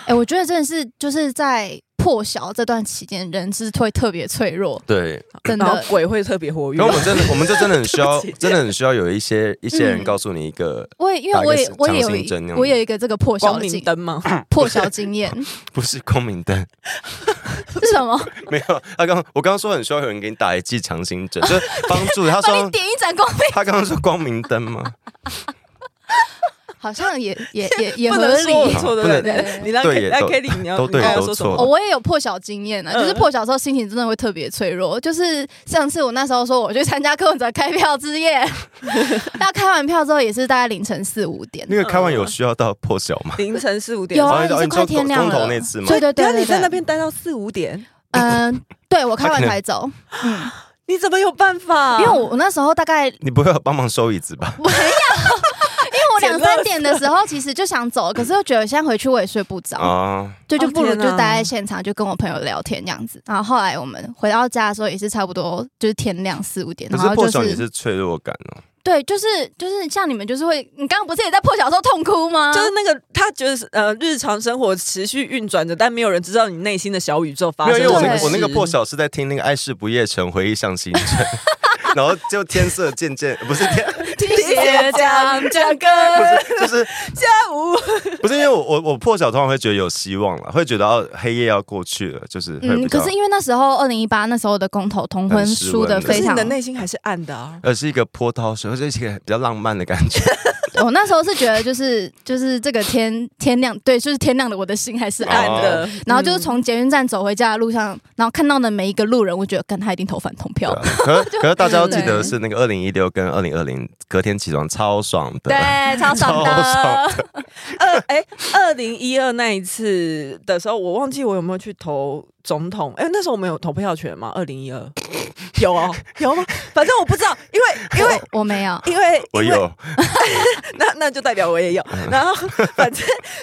Speaker 3: 哎，我觉得真的是就是在破晓这段期间，人是会特别脆弱，
Speaker 4: 对，
Speaker 3: 真
Speaker 2: 然后
Speaker 3: 的。
Speaker 2: 鬼会特别活跃
Speaker 4: 然后。我们真的，我们就真的很需
Speaker 2: 对
Speaker 4: 要
Speaker 2: 不起，
Speaker 4: 真的很需要有一些一些人
Speaker 3: 嗯
Speaker 4: 告诉你一个，
Speaker 3: 我也因为我也我也有一我也有一个这个破晓
Speaker 2: 光
Speaker 3: 的
Speaker 2: 明
Speaker 3: 经
Speaker 2: 灯吗？
Speaker 3: 破晓经验
Speaker 4: 不是光明灯，
Speaker 3: 是什么？
Speaker 4: 没有，他刚我刚刚说很需要有人给你打一剂强心针，就是帮 助他
Speaker 3: 帮你
Speaker 4: 说
Speaker 3: 点一盏光明，
Speaker 4: 他刚刚说光明灯吗？
Speaker 3: 好像也也 也也
Speaker 2: 不
Speaker 3: 合
Speaker 2: 能
Speaker 3: 理
Speaker 2: 说。我错
Speaker 4: 不
Speaker 2: 的，
Speaker 4: 能
Speaker 2: 对你让
Speaker 4: 对也
Speaker 2: 来
Speaker 4: 都
Speaker 2: Kelly，你要
Speaker 4: 都对
Speaker 2: 啊你刚刚
Speaker 4: 都
Speaker 2: 说什
Speaker 4: 错
Speaker 2: 么
Speaker 3: 哦，我也有破晓经验呢，啊
Speaker 2: 嗯
Speaker 3: 就是破晓的时候心情真的会特别脆弱。就是上次我那时候说我去参加柯文哲开票之夜， 那开完票之后也是大概凌晨四五点，
Speaker 4: 那个开完有需要到破晓吗？
Speaker 2: 凌晨四五点
Speaker 3: 有啊，已
Speaker 4: 哦你说
Speaker 3: 经快天亮
Speaker 4: 哦你说公
Speaker 3: 了。
Speaker 4: 投那次吗
Speaker 3: 对对对啊
Speaker 2: 等一下你
Speaker 3: 对，
Speaker 2: 在
Speaker 3: 对
Speaker 2: 那，边待到四五点，
Speaker 3: 嗯，对我开
Speaker 4: 啊
Speaker 3: 完才走，嗯，
Speaker 2: 你怎么有办法？
Speaker 3: 因为我我那时候大概
Speaker 4: 你不会有帮忙收椅子吧？
Speaker 3: 我没有，因为我两
Speaker 2: 捡垃圾
Speaker 3: 三点的时候其实就想走，可是又觉得现在回去我也睡不着，
Speaker 4: 啊，
Speaker 3: 对，就
Speaker 2: 哦
Speaker 3: 不如
Speaker 2: 天
Speaker 3: 就
Speaker 2: 哪
Speaker 3: 待在现场，就跟我朋友聊天这样子。然后后来我们回到家的时候也是差不多，就是天亮四五点，
Speaker 4: 可
Speaker 3: 然
Speaker 4: 是
Speaker 3: 后
Speaker 4: 破
Speaker 3: 就
Speaker 4: 晓你
Speaker 3: 是
Speaker 4: 是脆弱感哦，
Speaker 3: 对，就是就是像你们就是会，你刚刚不是也在破晓的时候痛哭吗？
Speaker 2: 就是那个他觉得是呃日常生活持续运转着，但没有人知道你内心的小宇宙发
Speaker 4: 没
Speaker 2: 生
Speaker 4: 有，因为
Speaker 2: 什
Speaker 4: 我那
Speaker 2: 么
Speaker 4: 个
Speaker 2: 事
Speaker 4: 我那个破，晓是在听那个《爱是不夜城》回忆向星辰， 然后就天色渐渐不是天
Speaker 3: 听
Speaker 2: 谢江江哥
Speaker 4: 不是就是
Speaker 2: 下午
Speaker 4: 不是因为我我我破晓通常会觉得有希望了，会觉得哦黑夜要过去了，就是会比
Speaker 3: 嗯，
Speaker 4: 较
Speaker 3: 可是因为那时候二零一八那时候的公投同婚
Speaker 4: 很失
Speaker 3: 输的
Speaker 4: 温
Speaker 2: 可
Speaker 3: 非
Speaker 2: 是
Speaker 3: 常
Speaker 2: 你的内心还是暗的啊。
Speaker 4: 而是一个波涛水，而且是一个比较浪漫的感觉。
Speaker 3: 我那时候是觉得就是就是这个天天亮，对，就是天亮的，我的心还是暗
Speaker 2: 暗
Speaker 3: 的。
Speaker 4: 哦
Speaker 2: 的，嗯
Speaker 3: 然后就是从捷运站走回家的路上，然后看到的每一个路人，我觉得跟他一定投反同票。
Speaker 4: 对 啊 可是可是大家要记得
Speaker 3: 对
Speaker 4: 是那个二零一六跟二零二零隔天起床超爽的，
Speaker 3: 对，超爽
Speaker 4: 啊超
Speaker 3: 的
Speaker 4: 爽，
Speaker 2: 二哎，二零一二那一次的时候，我忘记我有没有去投总统。哎，那时候我们有投票权吗？二零一二有哦，有吗？反正我不知道，因为因为
Speaker 3: 我我没有，
Speaker 2: 因为
Speaker 4: 我
Speaker 2: 因为
Speaker 4: 有
Speaker 2: 那那就代表我也有。
Speaker 4: 嗯
Speaker 2: 然后反正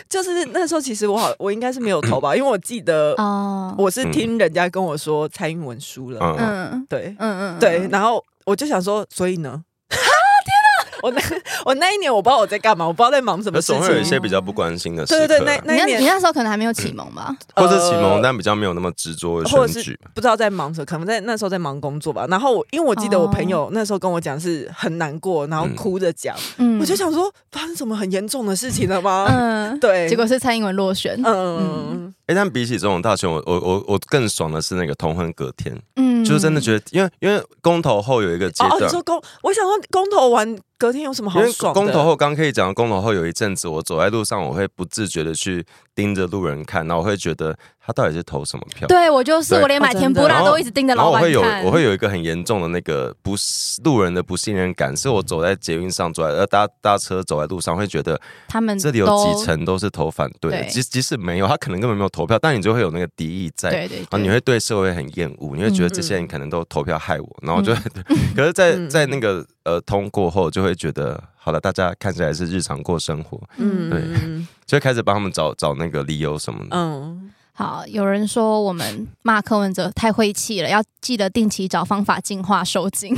Speaker 2: 就是那时候，其实我好，我应该是没有投吧，因为我记得
Speaker 3: 哦，
Speaker 2: 我是听人家跟我说蔡英文输了，
Speaker 4: 嗯，
Speaker 3: 嗯
Speaker 2: 对
Speaker 3: 嗯嗯，
Speaker 2: 对，然后我就想说，所以呢？ 天哪！我那我那一年我不知道我在干嘛，我不知道在忙什
Speaker 4: 可
Speaker 2: 么事
Speaker 4: 总会有一
Speaker 2: 情。
Speaker 4: 些比较不关心的事
Speaker 2: 对对对，
Speaker 4: 刻，
Speaker 2: 那
Speaker 3: 你
Speaker 2: 那
Speaker 3: 那
Speaker 2: 一
Speaker 3: 你
Speaker 2: 年
Speaker 3: 那时候可能还没有启蒙吧？
Speaker 4: 或者启蒙，
Speaker 2: 呃
Speaker 4: 但比较没有那么执着的
Speaker 2: 或者
Speaker 4: 选
Speaker 2: 是
Speaker 4: 举。
Speaker 2: 不知道在忙什么，可能在那时候在忙工作吧。然后我因为我记得我
Speaker 3: 哦
Speaker 2: 朋友那时候跟我讲是很难过，然后哭着讲，
Speaker 3: 嗯
Speaker 2: 我就想说发生什么很严重的事情了吗？
Speaker 3: 嗯，
Speaker 2: 对，
Speaker 3: 结果是蔡英文落选，
Speaker 2: 嗯，
Speaker 4: 哎，但比起这种大选，我我我我更爽的是那个同婚隔天，
Speaker 3: 嗯，
Speaker 4: 就是真的觉得，因为因为公投后有一个阶
Speaker 2: 哦哦，你
Speaker 4: 段。
Speaker 2: 说公，我想说公投完隔天有什么
Speaker 4: 因
Speaker 2: 好
Speaker 4: 为
Speaker 2: 爽的？
Speaker 4: 公投后，刚可以讲，公投后有一阵子，我走在路上，我会不自觉的去盯着路人看，然后我会觉得他到底是投什么票。
Speaker 3: 对我就是
Speaker 4: 对
Speaker 3: 我连买甜不辣
Speaker 4: 哦真的
Speaker 3: 都一直盯着
Speaker 4: 然后
Speaker 3: 老
Speaker 4: 我
Speaker 3: 板
Speaker 4: 会有
Speaker 3: 看，
Speaker 4: 我会有一个很严重的那个不是路人的不信任感，是我走在捷运上，走在呃搭搭车走在路上，会觉得
Speaker 3: 他们
Speaker 4: 这里有
Speaker 3: 都
Speaker 4: 几层都是投反对的，
Speaker 3: 对
Speaker 4: 即即使没有，他可能根本没有投票，但你就会有那个敌意在。
Speaker 3: 对对
Speaker 4: 啊，
Speaker 3: 对，
Speaker 4: 你会对社会很厌恶，你会觉得
Speaker 2: 嗯
Speaker 4: 这些人可能都投票害我，然后就， 可是在，在
Speaker 2: 嗯
Speaker 4: 那个呃通过后，就会觉得好了，大家看起来是日常过生活，
Speaker 3: 嗯
Speaker 4: 对就会开始帮他们找找那个理由什么的。
Speaker 2: 嗯，
Speaker 3: 好，有人说我们骂柯文哲太晦气了，要记得定期找方法净化收精。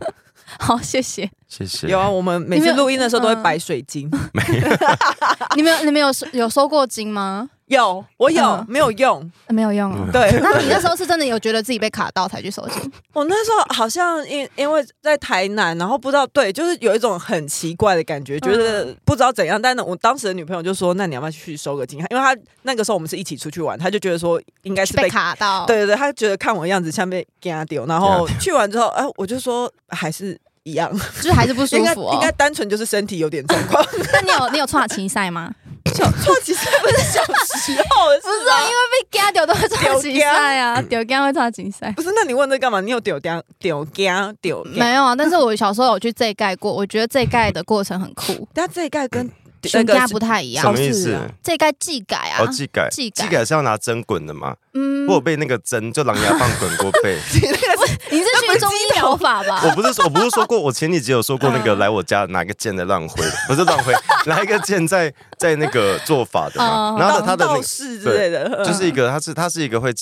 Speaker 3: 好，谢 谢。
Speaker 4: 谢谢。
Speaker 2: 有啊，我们每次录音的时候都会摆水晶。
Speaker 3: 你们有你们有收有收过精吗？
Speaker 2: 有，我有
Speaker 3: 嗯
Speaker 2: 没有用？
Speaker 3: 呃没有用
Speaker 4: 嗯
Speaker 3: 啊。
Speaker 2: 对，
Speaker 3: 那你那时候是真的有觉得自己被卡到才去收精？
Speaker 2: 我那时候好像因因为在台南，然后不知道对，就是有一种很奇怪的感觉，觉
Speaker 3: 嗯
Speaker 2: 得不知道怎样。但是我当时的女朋友就说：“那你要不要去收个金？”因为她那个时候我们是一起出去玩，她就觉得说应该是
Speaker 3: 被
Speaker 2: 被。
Speaker 3: 卡到？
Speaker 2: 对对对，她觉得看我样子像被给她丢，然后
Speaker 4: 啊
Speaker 2: 去完之后，哎、我就说还是一样，
Speaker 3: 就是还是不舒
Speaker 2: 应该
Speaker 3: 服哦
Speaker 2: 应。该单纯就是身体有点状况。
Speaker 3: 那你有你有串棋赛吗？
Speaker 2: 小错其实不是小时候的事
Speaker 3: 不是啊，因为被嘎掉都会串棋赛 啊，丢嘎会串棋 赛。
Speaker 2: 不是，那你问这干嘛？你有丢掉丢掉丢掉？
Speaker 3: 没有啊，但是我小时候有去这盖过，我觉得这盖的过程很 酷，
Speaker 2: 但这一盖跟
Speaker 3: 全家
Speaker 2: 是
Speaker 3: 不太一
Speaker 4: 什
Speaker 3: 样。
Speaker 4: 么意
Speaker 2: 是
Speaker 4: 思？
Speaker 2: 啊
Speaker 3: 这盖技改啊
Speaker 4: 哦，，技改，
Speaker 3: 技改
Speaker 4: 技改是要拿针滚的吗？
Speaker 3: 嗯，
Speaker 4: 我有被那个针就狼牙棒滚过 背。
Speaker 3: 你是学中医疗法吧？
Speaker 4: 我不是说我不是说过，我前几集有说过那个
Speaker 3: 嗯
Speaker 4: 来我家拿一个剑的浪灰，不是浪灰， 拿一个剑在在那个做法的嘛
Speaker 3: 嗯。
Speaker 4: 然后
Speaker 2: 当
Speaker 4: 他的那
Speaker 2: 道
Speaker 4: 个
Speaker 2: 士之类的，嗯
Speaker 4: 就是一个他是他是一个会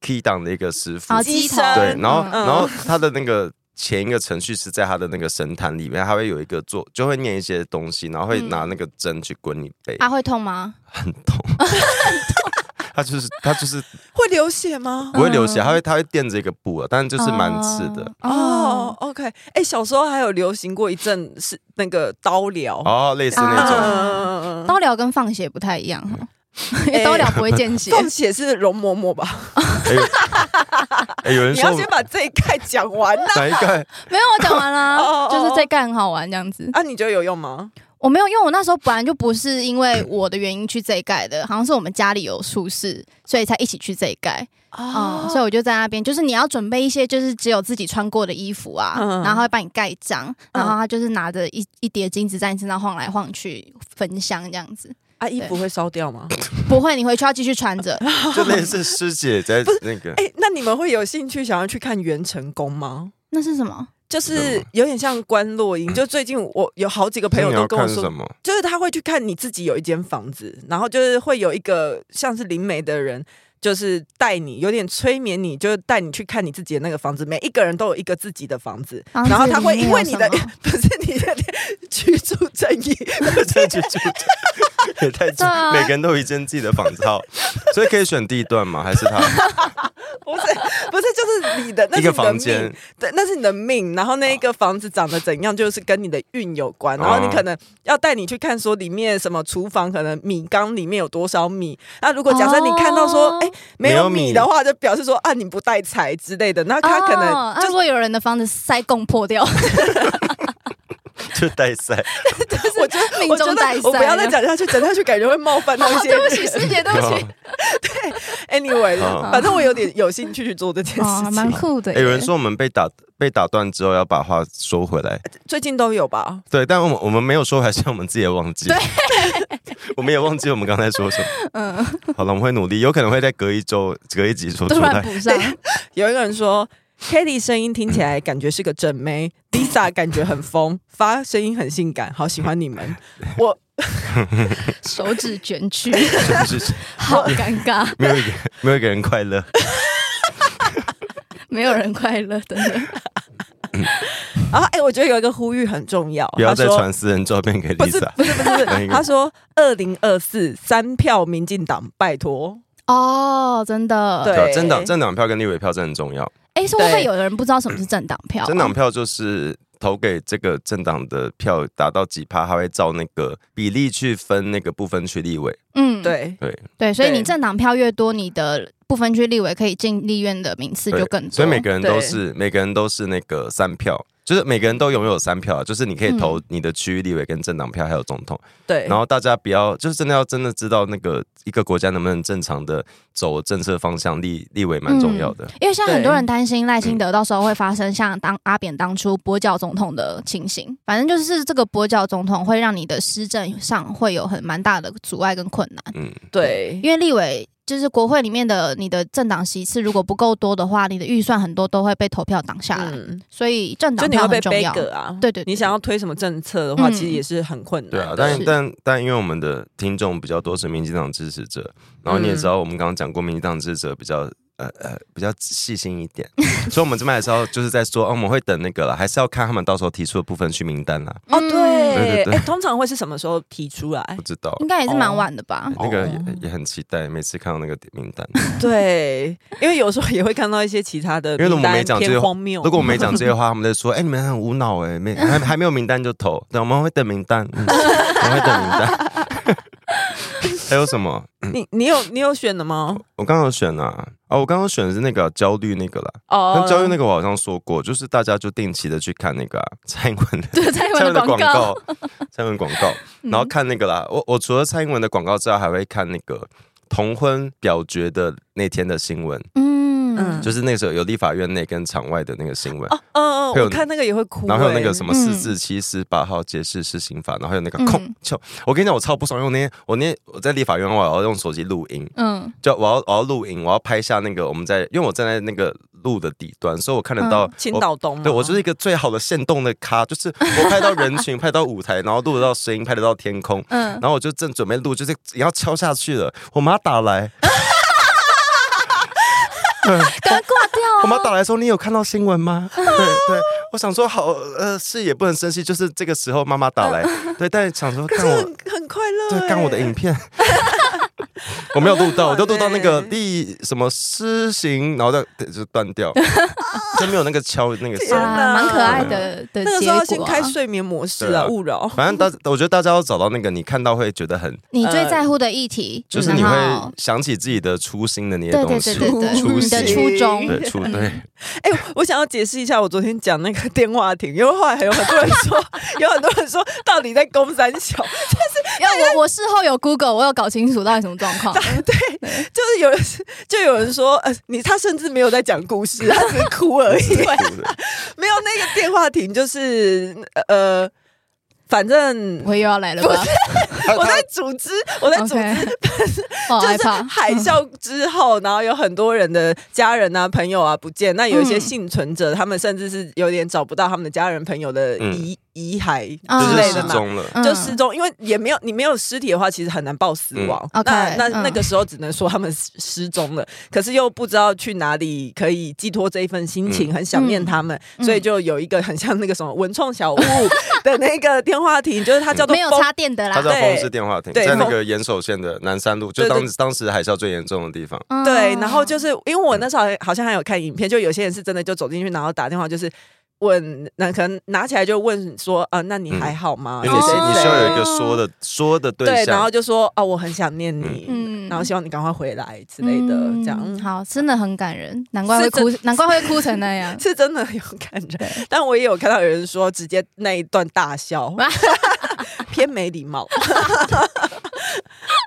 Speaker 4: key 档的一个师傅
Speaker 3: 好，
Speaker 2: 鸡
Speaker 3: 哦鸡
Speaker 2: 头
Speaker 3: 头
Speaker 4: 对，然后、
Speaker 2: 嗯
Speaker 4: 然后他的那个前一个程序是在他的那个神坛里面，他会有一个做，就会念一些东西，然后会拿那个针去滚你背，
Speaker 3: 嗯啊会痛吗？
Speaker 4: 很痛。他就是他就是
Speaker 2: 会流血吗？
Speaker 4: 不会流血，他会他会垫着一个布啊，但就是蛮刺的。
Speaker 2: 哦
Speaker 3: 嗯哦。
Speaker 2: ，OK，哎、小时候还有流行过一阵是那个刀疗，
Speaker 4: 哦，类似
Speaker 2: 嗯
Speaker 4: 那种，
Speaker 2: 嗯嗯嗯嗯，
Speaker 3: 刀疗跟放血不太一样 哦，因为刀疗不会见 血。
Speaker 2: 放血是容嬷嬷吧？
Speaker 4: 哎呦哎，有人
Speaker 2: 你
Speaker 4: 说
Speaker 2: 要先把这一盖讲完呐、
Speaker 4: 哪一个？
Speaker 3: 没有，我讲完
Speaker 2: 哦哦
Speaker 3: 啦，
Speaker 2: 哦
Speaker 3: 就是这盖很好玩这样子。
Speaker 2: 啊。你觉得有用吗？
Speaker 3: 我没有，因为我那时候本来就不是因为我的原因去这一盖的，好像是我们家里有出事，所以才一起去这一盖。
Speaker 2: 啊
Speaker 3: 哦、所以我就在那边，就是你要准备一些就是只有自己穿过的衣服啊，
Speaker 2: 嗯
Speaker 3: 然后他会帮你盖章，然后他就是拿着一一叠金子在你身上晃来晃去焚香这样子。
Speaker 2: 啊，衣服会烧掉吗？
Speaker 3: 不会，你回去要继续穿着。
Speaker 4: 就类似师姐在那个
Speaker 2: 哎、那你们会有兴趣想要去看元成功吗？
Speaker 3: 那是什么？
Speaker 2: 就是有点像关洛 英，就最近我有好几个朋友
Speaker 4: 你
Speaker 2: 都
Speaker 4: 要
Speaker 2: 跟我
Speaker 4: 看
Speaker 2: 说
Speaker 4: 什，么？
Speaker 2: 就是他会去看你自己有一间房子，然后就是会有一个像是灵媒的人，就是带你有点催眠你，就是带你去看你自己的那个房子。每一个人都有一个自己的房子，
Speaker 3: 房 子
Speaker 2: 然后他会
Speaker 3: 里面
Speaker 2: 因为你的
Speaker 3: 有什
Speaker 2: 不是你的 居住正义，
Speaker 4: 这就就
Speaker 2: 啊
Speaker 4: 也太
Speaker 3: 对啊
Speaker 4: 每个人都有一间自己的房子号，所以可以选地段吗？还是他
Speaker 2: 不是不是就是你的 那
Speaker 4: 一
Speaker 2: 是你
Speaker 4: 个
Speaker 2: 的
Speaker 4: 房
Speaker 2: 命
Speaker 4: 间，？
Speaker 2: 对，那是你的命。然后那一个房子长得怎样，就是跟你的运有关。然
Speaker 3: 哦
Speaker 2: 后你可能要带你去看说里面什么厨房，可能米缸里面有多少米。那 如果假设你看到说
Speaker 3: 哦，
Speaker 2: 哎、没有
Speaker 4: 没有
Speaker 2: 米
Speaker 4: 米
Speaker 2: 的话，就表示说啊你不带财之类的。那他可
Speaker 3: 哦
Speaker 2: 能
Speaker 3: 那
Speaker 2: 就
Speaker 3: 如果有人的房子塞供 破掉，
Speaker 4: 就带赛，
Speaker 2: 我觉得，
Speaker 3: 命
Speaker 2: 我觉
Speaker 3: 中
Speaker 2: 得
Speaker 3: 带塞。哦
Speaker 2: 我不要再。讲下去，讲下去感觉会冒犯到一些
Speaker 3: 对不
Speaker 2: 人。
Speaker 3: 起，师姐，对不 起。
Speaker 2: anyway，
Speaker 4: 哦
Speaker 2: 反正我有点有兴趣去做这件事
Speaker 3: 哦，蛮
Speaker 2: 情。
Speaker 3: 酷的
Speaker 4: 哎、
Speaker 3: 耶。
Speaker 4: 有人说我们被打被打断之后要把话收回来，
Speaker 2: 最近都有吧？
Speaker 4: 对，但我们我们没有收回来，是我们自己也忘记，对， 我们也忘记我们刚才说什么。
Speaker 3: 嗯，
Speaker 4: 好了，我们会努力，有可能会在隔一周、隔一集说出
Speaker 3: 突然
Speaker 4: 来。
Speaker 3: 补 上，
Speaker 2: 有一个人说 k a t i e 声音听起来感觉是个正 妹，Lisa 感觉很疯， 发声音很性感，好喜欢你 们。我
Speaker 3: 手指卷曲，
Speaker 4: 就是
Speaker 3: 好尴尬，
Speaker 4: 没有一个没有一个人快乐，
Speaker 3: 没有人快乐，真的。
Speaker 2: 然后哎、我觉得有一个呼吁很重要，
Speaker 4: 不要再
Speaker 2: 哦他说
Speaker 4: 传私人照片给
Speaker 2: 不是
Speaker 4: Lisa。
Speaker 2: 不是不是不
Speaker 4: 哪一
Speaker 2: 是，
Speaker 4: 个
Speaker 2: 他说二零二四三票民进党，拜托，
Speaker 3: 哦，真的。
Speaker 2: 对
Speaker 4: 政党政党票跟立委票真的很重要，
Speaker 3: 哎，是会不
Speaker 2: 对
Speaker 3: 会有人不知道什么是政党票啊？
Speaker 4: 政党票就是投给这个政党的票达到几趴，他会照那个比例去分那个不分区立委。
Speaker 3: 嗯，
Speaker 2: 对
Speaker 3: 对，所以
Speaker 2: 对
Speaker 3: 你政党票越多，你的不分区立委可以进立院的名次
Speaker 4: 对
Speaker 3: 就更多。
Speaker 4: 所以每个人
Speaker 2: 对
Speaker 4: 都是每个人都是那个三票，就是每个人都拥有三票，啊就是你可以投你的区域立委跟政党票还有总统。
Speaker 2: 嗯对，
Speaker 4: 然后大家不要就是真的要真的知道那个一个国家能不能正常的走政策方向，立立委蛮重
Speaker 2: 嗯
Speaker 4: 要的。
Speaker 3: 因为现在很
Speaker 2: 对
Speaker 3: 多人担心赖清德到时候会发生像当阿扁当初跛脚总统的情形，反正就是这个跛脚总统会让你的施政上会有很蛮大的阻碍跟困难，
Speaker 4: 嗯，
Speaker 2: 对
Speaker 3: 因为立委。就是国会里面的你的政党席次如果不够多的话，你的预算很多都会被投票挡下来，
Speaker 2: 嗯，
Speaker 3: 所以政
Speaker 2: 就
Speaker 3: 党
Speaker 2: 你会
Speaker 3: 票很
Speaker 2: 被
Speaker 3: 重
Speaker 2: 背
Speaker 3: 要。
Speaker 2: 葛啊。
Speaker 3: 对对对
Speaker 2: 你想要推什么政策的话，
Speaker 3: 嗯
Speaker 2: 其实也是很困难
Speaker 4: 对啊
Speaker 2: 的。，
Speaker 4: 但
Speaker 3: 是
Speaker 4: 但但因为我们的听众比较多是民进党支持者，然后你也知道，我们刚刚讲过，民进党支持者比较。呃呃，比较细心一点， 所以我们这边还是要就是在说，哦，我们会等那个啦，还是要看他们到时候提出的部分去名单啦。
Speaker 2: 哦，
Speaker 3: 嗯
Speaker 4: 对对
Speaker 2: 对，
Speaker 4: 对
Speaker 2: 哎，通常会是什么时候提出来
Speaker 4: 不？知道，
Speaker 3: 应该也是蛮晚的
Speaker 2: 哦
Speaker 3: 吧？
Speaker 4: 那个也也很期待，每次看到那个名单，
Speaker 2: 对，因为有时候也会看到一些其他的
Speaker 4: 因为我
Speaker 2: 名
Speaker 4: 们
Speaker 2: 单
Speaker 4: 没讲这些
Speaker 2: 偏荒谬。
Speaker 4: 如果我没讲这些话，他们在说：“哎、你们很无脑哎、没还还没有名单就投。”对，我们会等名单，嗯、我们会等名单。 还有什么？
Speaker 2: 你你有你有选的 吗？
Speaker 4: 我刚刚有选啊，哦，我刚刚选的是那个焦虑那个啦。
Speaker 2: 哦
Speaker 4: 那焦虑那个我好像说过，就是大家就定期的去看那个、啊、蔡英文的
Speaker 3: 对，蔡英
Speaker 4: 蔡
Speaker 3: 文
Speaker 4: 英文
Speaker 3: 的
Speaker 4: 的
Speaker 3: 广
Speaker 4: 广
Speaker 3: 告，
Speaker 4: 告，蔡英文广告，然后看那个啦。我我除了蔡英文的广告之外，还会看那个同婚表决的那天的新闻，
Speaker 3: 嗯
Speaker 2: 嗯
Speaker 4: 就是那时候有立法院内跟场外的那个新闻。
Speaker 2: 哦嗯嗯，
Speaker 4: 会有
Speaker 2: 我看那个也会哭。
Speaker 4: 然后还有那
Speaker 2: 哎
Speaker 4: 个什么
Speaker 3: 嗯
Speaker 4: 四至七十八号解释是刑法，然后还有那个
Speaker 3: 嗯
Speaker 4: 控就、我跟你讲，我超不爽，因为我那天我那天我在立法院外，我要用手机录音，
Speaker 3: 嗯，
Speaker 4: 就我要我要录音，我要拍下那个我们在，因为我站在那个路的底端，所以我看得到、我
Speaker 2: 青岛东吗，
Speaker 4: 对我就
Speaker 3: 嗯
Speaker 4: 是一个最好的现动的咖，就是我拍到人 群，拍到舞台，然后录得到声音，拍得到天空，
Speaker 3: 嗯
Speaker 4: 然后我就正准备录，就是也要敲下去了，我妈打 来，
Speaker 3: 赶快挂掉啊！
Speaker 4: 我妈打来说：“你有看到新闻吗？” 对对，我想说好，呃，是也不能生气，就是这个时候妈妈打来，
Speaker 3: 嗯
Speaker 4: 对，但是想说
Speaker 2: 可
Speaker 4: 看
Speaker 2: 是
Speaker 4: 我，
Speaker 2: 很很快乐。
Speaker 4: 对，看我的
Speaker 2: 哎
Speaker 4: 影片， 我没有录到，我
Speaker 2: 很
Speaker 4: 就录到那个
Speaker 2: 好欸
Speaker 4: 第什么施行，然后再对就断 掉，就没有那个敲那个
Speaker 2: 天
Speaker 4: 声。
Speaker 2: 哪
Speaker 3: 啊，蛮可爱的
Speaker 2: 那
Speaker 3: 的
Speaker 2: 个时候要
Speaker 3: 结
Speaker 2: 先
Speaker 3: 果啊。
Speaker 2: 开睡眠模式
Speaker 4: 对啊
Speaker 2: 啊，勿扰。
Speaker 4: 反正大，我觉得大家要找到那个你看到会觉得很，
Speaker 3: 你最在乎的议题，
Speaker 2: 呃
Speaker 4: 就是
Speaker 2: 嗯
Speaker 4: 你
Speaker 3: 然后
Speaker 4: 会想起自己的初心的那些
Speaker 3: 对
Speaker 4: 东
Speaker 3: 对
Speaker 4: 西
Speaker 3: 对，对对，
Speaker 4: 初
Speaker 3: 你的
Speaker 4: 心
Speaker 3: 初衷，
Speaker 4: 对初 对，
Speaker 2: 哎、我想要解释一下，我昨天讲那个电话亭，因为后来有很多人 说，有很多人说到底在攻三小，
Speaker 3: 因为我我事后有 Google，我有搞清楚到底什么状 况。
Speaker 2: 就是有人就有人说，呃，你他甚至没有在讲故事，他只是哭而已，
Speaker 4: 对对
Speaker 2: 没有那个电话亭就是呃，反正
Speaker 3: 我又要来了吧？
Speaker 2: 我在组织，我在
Speaker 3: o
Speaker 2: 组织
Speaker 3: k 我好
Speaker 2: 就
Speaker 3: 哦害
Speaker 2: 是
Speaker 3: 怕。
Speaker 2: 海啸之后，然后有很多人的家人啊、朋友啊不见，那有一些
Speaker 3: 嗯
Speaker 2: 幸存者，他们甚至是有点找不到他们的家人、朋友的遗遗骸之
Speaker 4: 就是
Speaker 2: 类
Speaker 4: 失
Speaker 2: 的嘛。
Speaker 4: 踪了。
Speaker 3: 嗯
Speaker 2: 就失踪，因为也没有你没有尸体的话，其实很难报死亡。
Speaker 3: 嗯 OK，
Speaker 2: 那那
Speaker 3: 嗯
Speaker 2: 那个时候只能说他们失失踪了，可是又不知道去哪里可以寄托这一份心情，很想念他们，
Speaker 3: 嗯
Speaker 2: 所以就有一个很像那个什 么文创小屋的那个电话 亭，就是它叫做
Speaker 3: 没有
Speaker 2: 风
Speaker 3: 插电的
Speaker 4: 它
Speaker 3: 啦。
Speaker 4: 叫
Speaker 2: 对
Speaker 4: 风市电话亭，
Speaker 2: 对
Speaker 4: 在那
Speaker 2: 风
Speaker 4: 个岩手县的南山路，就
Speaker 2: 对对
Speaker 4: 当当时海啸最严重的地方。
Speaker 3: 嗯
Speaker 2: 对，然后就是因为我那时候好像还有看影片，就有些人是真的就走进去，然后打电话就是问，那可能拿起来就问说，啊，那你
Speaker 3: 嗯
Speaker 2: 还好吗？
Speaker 4: 因为你是
Speaker 2: 谁
Speaker 4: 你
Speaker 2: 谁
Speaker 4: 需要
Speaker 2: 谁
Speaker 4: 有一个说的说的
Speaker 2: 哦对，然
Speaker 4: 象
Speaker 2: 后，就说啊，我很想念你，
Speaker 3: 嗯
Speaker 2: 然后希望你赶快回来之类的，这
Speaker 3: 嗯
Speaker 2: 样
Speaker 3: 好，真的很感人，难怪会
Speaker 2: 是真。
Speaker 3: 哭，难怪会哭成那样
Speaker 2: 是真的有感觉。但我也有看到有人说，直接那一段大 笑，偏没礼貌。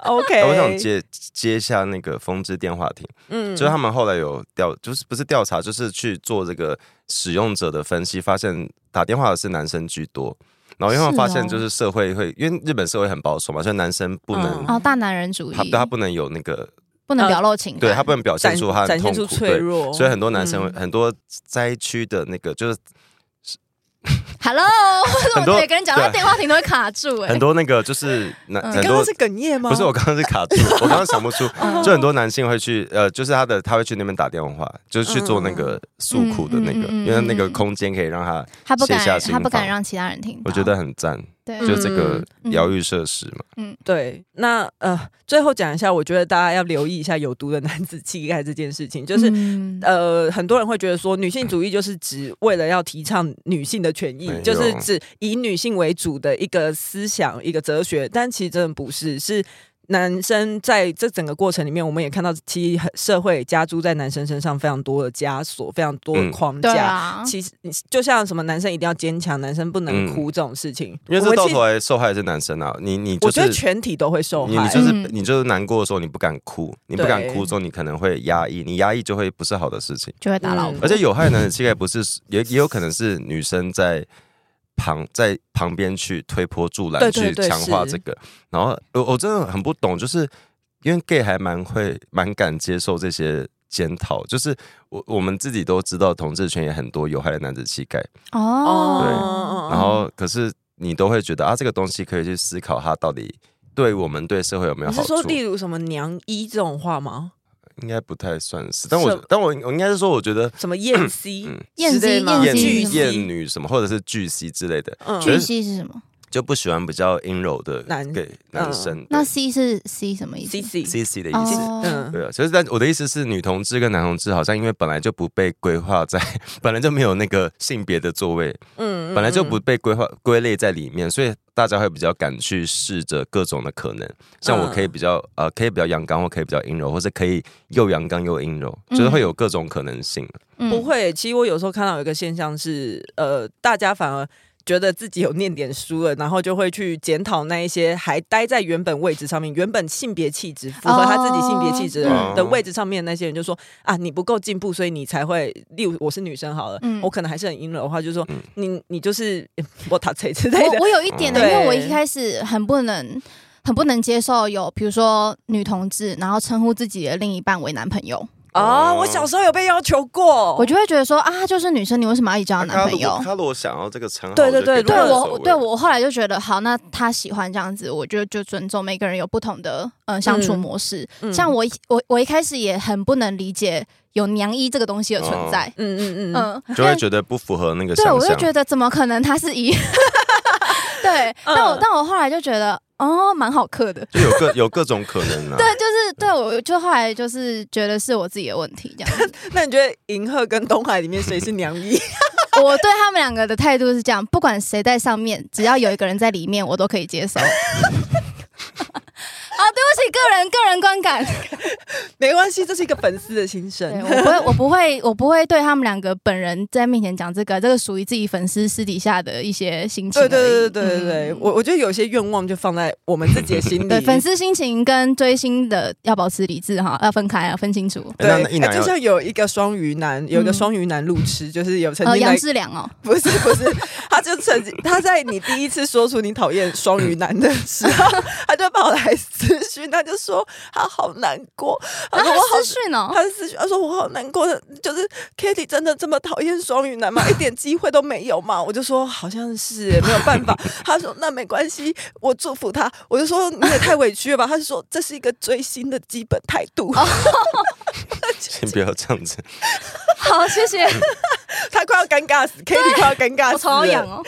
Speaker 2: OK，
Speaker 4: 哎我想接接下那个风之电话亭，
Speaker 2: 嗯
Speaker 4: 就是他们后来有调，就是不是调查，就是去做这个使用者的分析，发现打电话的是男生居多。然后因为他们
Speaker 3: 是哦
Speaker 4: 发现就是社会会，因为日本社会很保守嘛，所以男生不能
Speaker 2: 嗯，
Speaker 3: 哦，大男人主
Speaker 4: 他
Speaker 3: 义，
Speaker 4: 他不能有那个，
Speaker 3: 不能表露情感，
Speaker 4: 对他不能表现
Speaker 2: 展
Speaker 4: 出他
Speaker 2: 展现
Speaker 4: 很痛
Speaker 2: 出
Speaker 4: 苦，
Speaker 2: 脆
Speaker 4: 对，
Speaker 2: 弱，
Speaker 4: 所以很多男生会
Speaker 2: 嗯
Speaker 4: 很多灾区的那个就是
Speaker 3: Hello，
Speaker 4: 很多
Speaker 3: 每个人讲到
Speaker 4: 对
Speaker 3: 电话亭都会卡住哎、
Speaker 4: 很多那个就是男
Speaker 3: 嗯
Speaker 2: 刚
Speaker 4: 很多
Speaker 2: 刚是哽咽吗？
Speaker 4: 不是我刚刚是卡住，我刚刚想不出
Speaker 3: 嗯，
Speaker 4: 就很多男性会去呃，就是他的他会去那边打电话，就是去做那个诉苦的那个，
Speaker 3: 嗯嗯嗯嗯嗯嗯
Speaker 4: 因为那个空间可以让他，
Speaker 3: 他不
Speaker 4: 卸下
Speaker 3: 敢，
Speaker 4: 心
Speaker 3: 他不敢
Speaker 4: 防
Speaker 3: 让其他人听到。
Speaker 4: 我觉得很赞，
Speaker 3: 对，
Speaker 4: 就这个
Speaker 3: 嗯
Speaker 4: 疗愈设施嘛，
Speaker 2: 对，那呃，最后讲一下，我觉得大家要留意一下有毒的男子气概这件事情，就是。
Speaker 3: 嗯
Speaker 2: 呃，很多人会觉得说，女性主义就是指为了要提倡女性的权益
Speaker 4: 没有，
Speaker 2: 就是指以女性为主的一个思想、一个哲学，但其实真的不是，是男生在这整个过程里面，我们也看到，其实很社会加诸在男生身上非常多的枷锁、非常多的
Speaker 4: 嗯嗯
Speaker 2: 框
Speaker 3: 对
Speaker 2: 架。
Speaker 3: 啊，
Speaker 2: 其实就像什么男生一定要坚强，男生不能哭这种事情，
Speaker 3: 嗯
Speaker 4: 因为
Speaker 2: 我
Speaker 4: 这
Speaker 2: 们
Speaker 4: 到
Speaker 2: 其实
Speaker 4: 头来受害的是男生啊，你你就
Speaker 2: 我觉
Speaker 4: 是
Speaker 2: 得全体都会受害。
Speaker 4: 你你就是
Speaker 3: 嗯
Speaker 4: 你就是难过的时候你不敢哭，你不敢哭之后你可能会压抑，你压抑就会不是好的事情。
Speaker 3: 就会打老
Speaker 2: 嗯
Speaker 3: 婆。
Speaker 4: 而且有害男的气概不是也也有可能是女生在旁在旁边去推波助澜
Speaker 2: 对
Speaker 4: 去
Speaker 2: 对对
Speaker 4: 强化
Speaker 2: 是
Speaker 4: 这个，然后我我真的很不懂，就是因为 gay 还蛮会蛮敢接受这些检讨，就是我我们自己都知道同志圈也很多有害的男子气概，
Speaker 2: 嗯
Speaker 3: 哦，
Speaker 4: 然后可是你都会觉得啊，这个东西可以去思考它到底对我们对社会有没有
Speaker 2: 你
Speaker 4: 好
Speaker 2: 是说
Speaker 4: 处，
Speaker 2: 例如什么娘一这种话吗？
Speaker 4: 应该不太算是，但
Speaker 2: 什
Speaker 4: 我
Speaker 2: 么
Speaker 4: 但我我应该是说，我觉得
Speaker 2: 什 么燕 C 之
Speaker 3: 燕
Speaker 2: 类
Speaker 3: 西
Speaker 2: 吗
Speaker 3: 嗯
Speaker 4: 厌
Speaker 3: 巨
Speaker 4: 女
Speaker 2: 巨
Speaker 3: 蜥
Speaker 4: 厌
Speaker 2: 蜥，
Speaker 4: 女什么或者是巨蜥之类的，
Speaker 2: 嗯
Speaker 3: 巨
Speaker 4: 觉得
Speaker 3: 蜥是什么？
Speaker 4: 就不喜欢比较阴柔的
Speaker 2: 男
Speaker 4: 给
Speaker 2: 嗯
Speaker 4: 男生，
Speaker 3: 那
Speaker 4: 对
Speaker 3: C 是 C 什么意思
Speaker 2: C C，
Speaker 4: C C 的意思。
Speaker 3: 哦，
Speaker 2: 嗯，
Speaker 4: 对啊，就是但我的意思是，女同志跟男同志好像因为本来就不被规划在， 本来就没有那个性别的座位，
Speaker 2: 嗯
Speaker 4: 本来就不被规划归类在里面，所以大家会比较敢去试着各种的可能。像我可以比较、
Speaker 2: 嗯
Speaker 4: 呃，可以比较阳刚，或可以比较阴柔，或是可以又阳刚又阴柔，
Speaker 2: 嗯
Speaker 4: 就是会有各种可能性。
Speaker 3: 嗯
Speaker 2: 不会。其实我有时候看到有一个现象是，呃，大家反而觉得自己有念点书了，然后就会去检讨那一些还待在原本位置上面、原本性别气质符
Speaker 3: 哦
Speaker 2: 合他自己性别气质的
Speaker 4: 哦
Speaker 2: 人
Speaker 4: 嗯
Speaker 2: 的位置上面的那些人，就说啊，你不够进步，所以你才会。例如我是女生好了，
Speaker 3: 嗯
Speaker 2: 我可能还是很阴柔的话，就说
Speaker 4: 嗯
Speaker 2: 你你就是嗯我打谁之类的
Speaker 3: 我。我有一点呢，欸
Speaker 2: 对
Speaker 3: 因为我一开始很不能。很不能接受有，比如说女同志，然后称呼自己的另一半为男朋友，
Speaker 2: 啊，我小时候有被要求过，
Speaker 3: 我就会觉得说啊，她就是女生，你为什么要一直叫她啊男朋友？
Speaker 4: 他如果想要这个称号，
Speaker 2: 对对对
Speaker 4: 我就
Speaker 3: 对
Speaker 4: 给他
Speaker 2: 如果
Speaker 4: 无所
Speaker 3: 我，
Speaker 4: 谓
Speaker 3: 对我后来就觉得，好，那他喜欢这样子，我就就尊重每个人有不同的呃相处模式。
Speaker 2: 嗯
Speaker 3: 像我一我我一开始也很不能理解有娘一这个东西的存在，
Speaker 2: 嗯嗯嗯嗯，
Speaker 3: 嗯，
Speaker 4: 就会
Speaker 3: 但
Speaker 4: 觉得不符合那个想
Speaker 3: 对
Speaker 4: 象。
Speaker 3: 我就觉得怎么可能他是一？ 对，但我但我后来就觉得哦，蛮好克的。
Speaker 4: 就有各有各种可能啊。
Speaker 3: 对，就是对我就后来就是觉得是我自己的问题这样子。
Speaker 2: 那你觉得银赫跟东海里面谁是娘一？
Speaker 3: 我对他们两个的态度是这样，不管谁在上面，只要有一个人在里面，我都可以接受。啊，对不起，个人个人观感，
Speaker 2: 没关系，这是一个粉丝的心
Speaker 3: 对
Speaker 2: 声
Speaker 3: 我。不会，我不会，我不会对他们两个本人在面前讲这个，这个属于自己粉丝私底下的一些心情而
Speaker 2: 对
Speaker 3: 已。
Speaker 2: 对对对对对，
Speaker 3: 嗯
Speaker 2: 我我觉得有些愿望就放在我们自己的心里。
Speaker 3: 对粉丝心情跟追星的要保持理智哈，要分开啊，分清楚。
Speaker 4: 哎
Speaker 2: 对，
Speaker 4: 那那一男
Speaker 2: 哎就
Speaker 4: 要
Speaker 2: 像有一个双鱼男，有一个
Speaker 3: 嗯
Speaker 2: 双鱼男路痴，就是有曾
Speaker 3: 呃，
Speaker 2: 经
Speaker 3: 杨
Speaker 2: 来，
Speaker 3: 志良哦，
Speaker 2: 不是不是，他就曾经他在你第一次说出你讨厌双鱼男的时候，他就跑来私讯，他就说他好难过，他
Speaker 3: 然
Speaker 2: 说
Speaker 3: 后
Speaker 2: 我好
Speaker 3: 私讯哦，
Speaker 2: 他是私讯，他说我好难过的，就是 Kitty 真的这么讨厌双鱼男 吗？一点机会都没有吗？我就说好像是没有办 法。他说那没关系，我祝福他。我就说你也太委屈了吧。他就说这是一个追星的基本态度。
Speaker 4: 哦先不要这样子，
Speaker 3: 好，谢 谢，
Speaker 2: 他快要尴尬死，Kitty 快要尴尬
Speaker 3: 我
Speaker 2: 死
Speaker 3: 头好痒
Speaker 2: 了。
Speaker 3: 哦。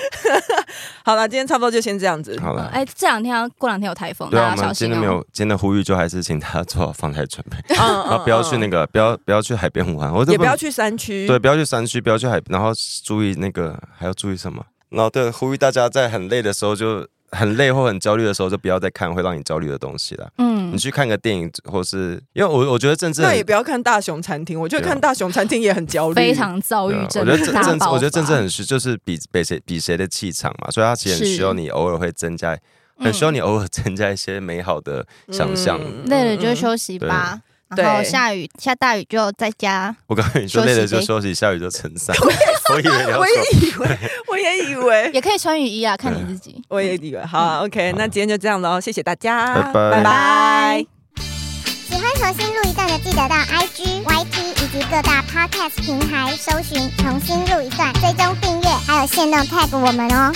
Speaker 2: 好了，今天差不多就先这样子。
Speaker 4: 啊好了。
Speaker 3: 哎，这两天要过两天有台风，
Speaker 4: 对啊，
Speaker 3: 大
Speaker 4: 我
Speaker 3: 家小
Speaker 4: 们
Speaker 3: 心
Speaker 4: 今天没
Speaker 3: 哦。
Speaker 4: 有今天的呼吁，就还是请大家做好防台准 备，啊
Speaker 2: 嗯嗯
Speaker 4: 然后不要去那
Speaker 2: 个，
Speaker 4: 个，不要不要去海边玩，我都
Speaker 2: 也不要去山区。
Speaker 4: 对，不要去山区，不要去海，然后注意那个还要注意什么？然后对，呼吁大家在很累的时候就很累或很焦虑的时候，就不要再看会让你焦虑的东西了。
Speaker 3: 嗯
Speaker 4: 你，去看个电影，或是因为我我觉得政治
Speaker 2: 那
Speaker 4: 很啊
Speaker 2: 也不要看大熊餐厅，我觉得看大熊餐厅也很焦虑。嗯
Speaker 3: 非常躁郁
Speaker 4: 对啊
Speaker 3: 症
Speaker 4: 我觉得政
Speaker 3: 大
Speaker 4: 政治，
Speaker 3: 爆
Speaker 4: 我觉得政治
Speaker 3: 发
Speaker 4: 很需就是比比谁比谁的气场嘛，所以他其实很
Speaker 3: 是嗯
Speaker 4: 需要你偶尔会增加，很需要你偶尔增加一些美好的想象。
Speaker 2: 嗯
Speaker 3: 累了就休息吧。
Speaker 2: 嗯
Speaker 3: 然后
Speaker 2: 对
Speaker 3: 下雨下大雨就在家，
Speaker 4: 我刚才你说
Speaker 3: 休息
Speaker 4: 累了就
Speaker 3: 呗
Speaker 4: 休息，下雨就撑 伞。我以为你要
Speaker 2: 我
Speaker 4: 说
Speaker 2: 也以为，我也以为。
Speaker 3: 也可以穿雨衣啊，看你自己。
Speaker 2: 我也以为，好、啊、，OK，那今天就这样喽，谢谢大家，
Speaker 4: 拜拜
Speaker 2: 拜拜
Speaker 5: 喜欢重新录一段的，记得到 IG、YT 以及各大 Podcast 平台搜寻“重新录一段”，追踪订阅，还有限定 tag 我们哦。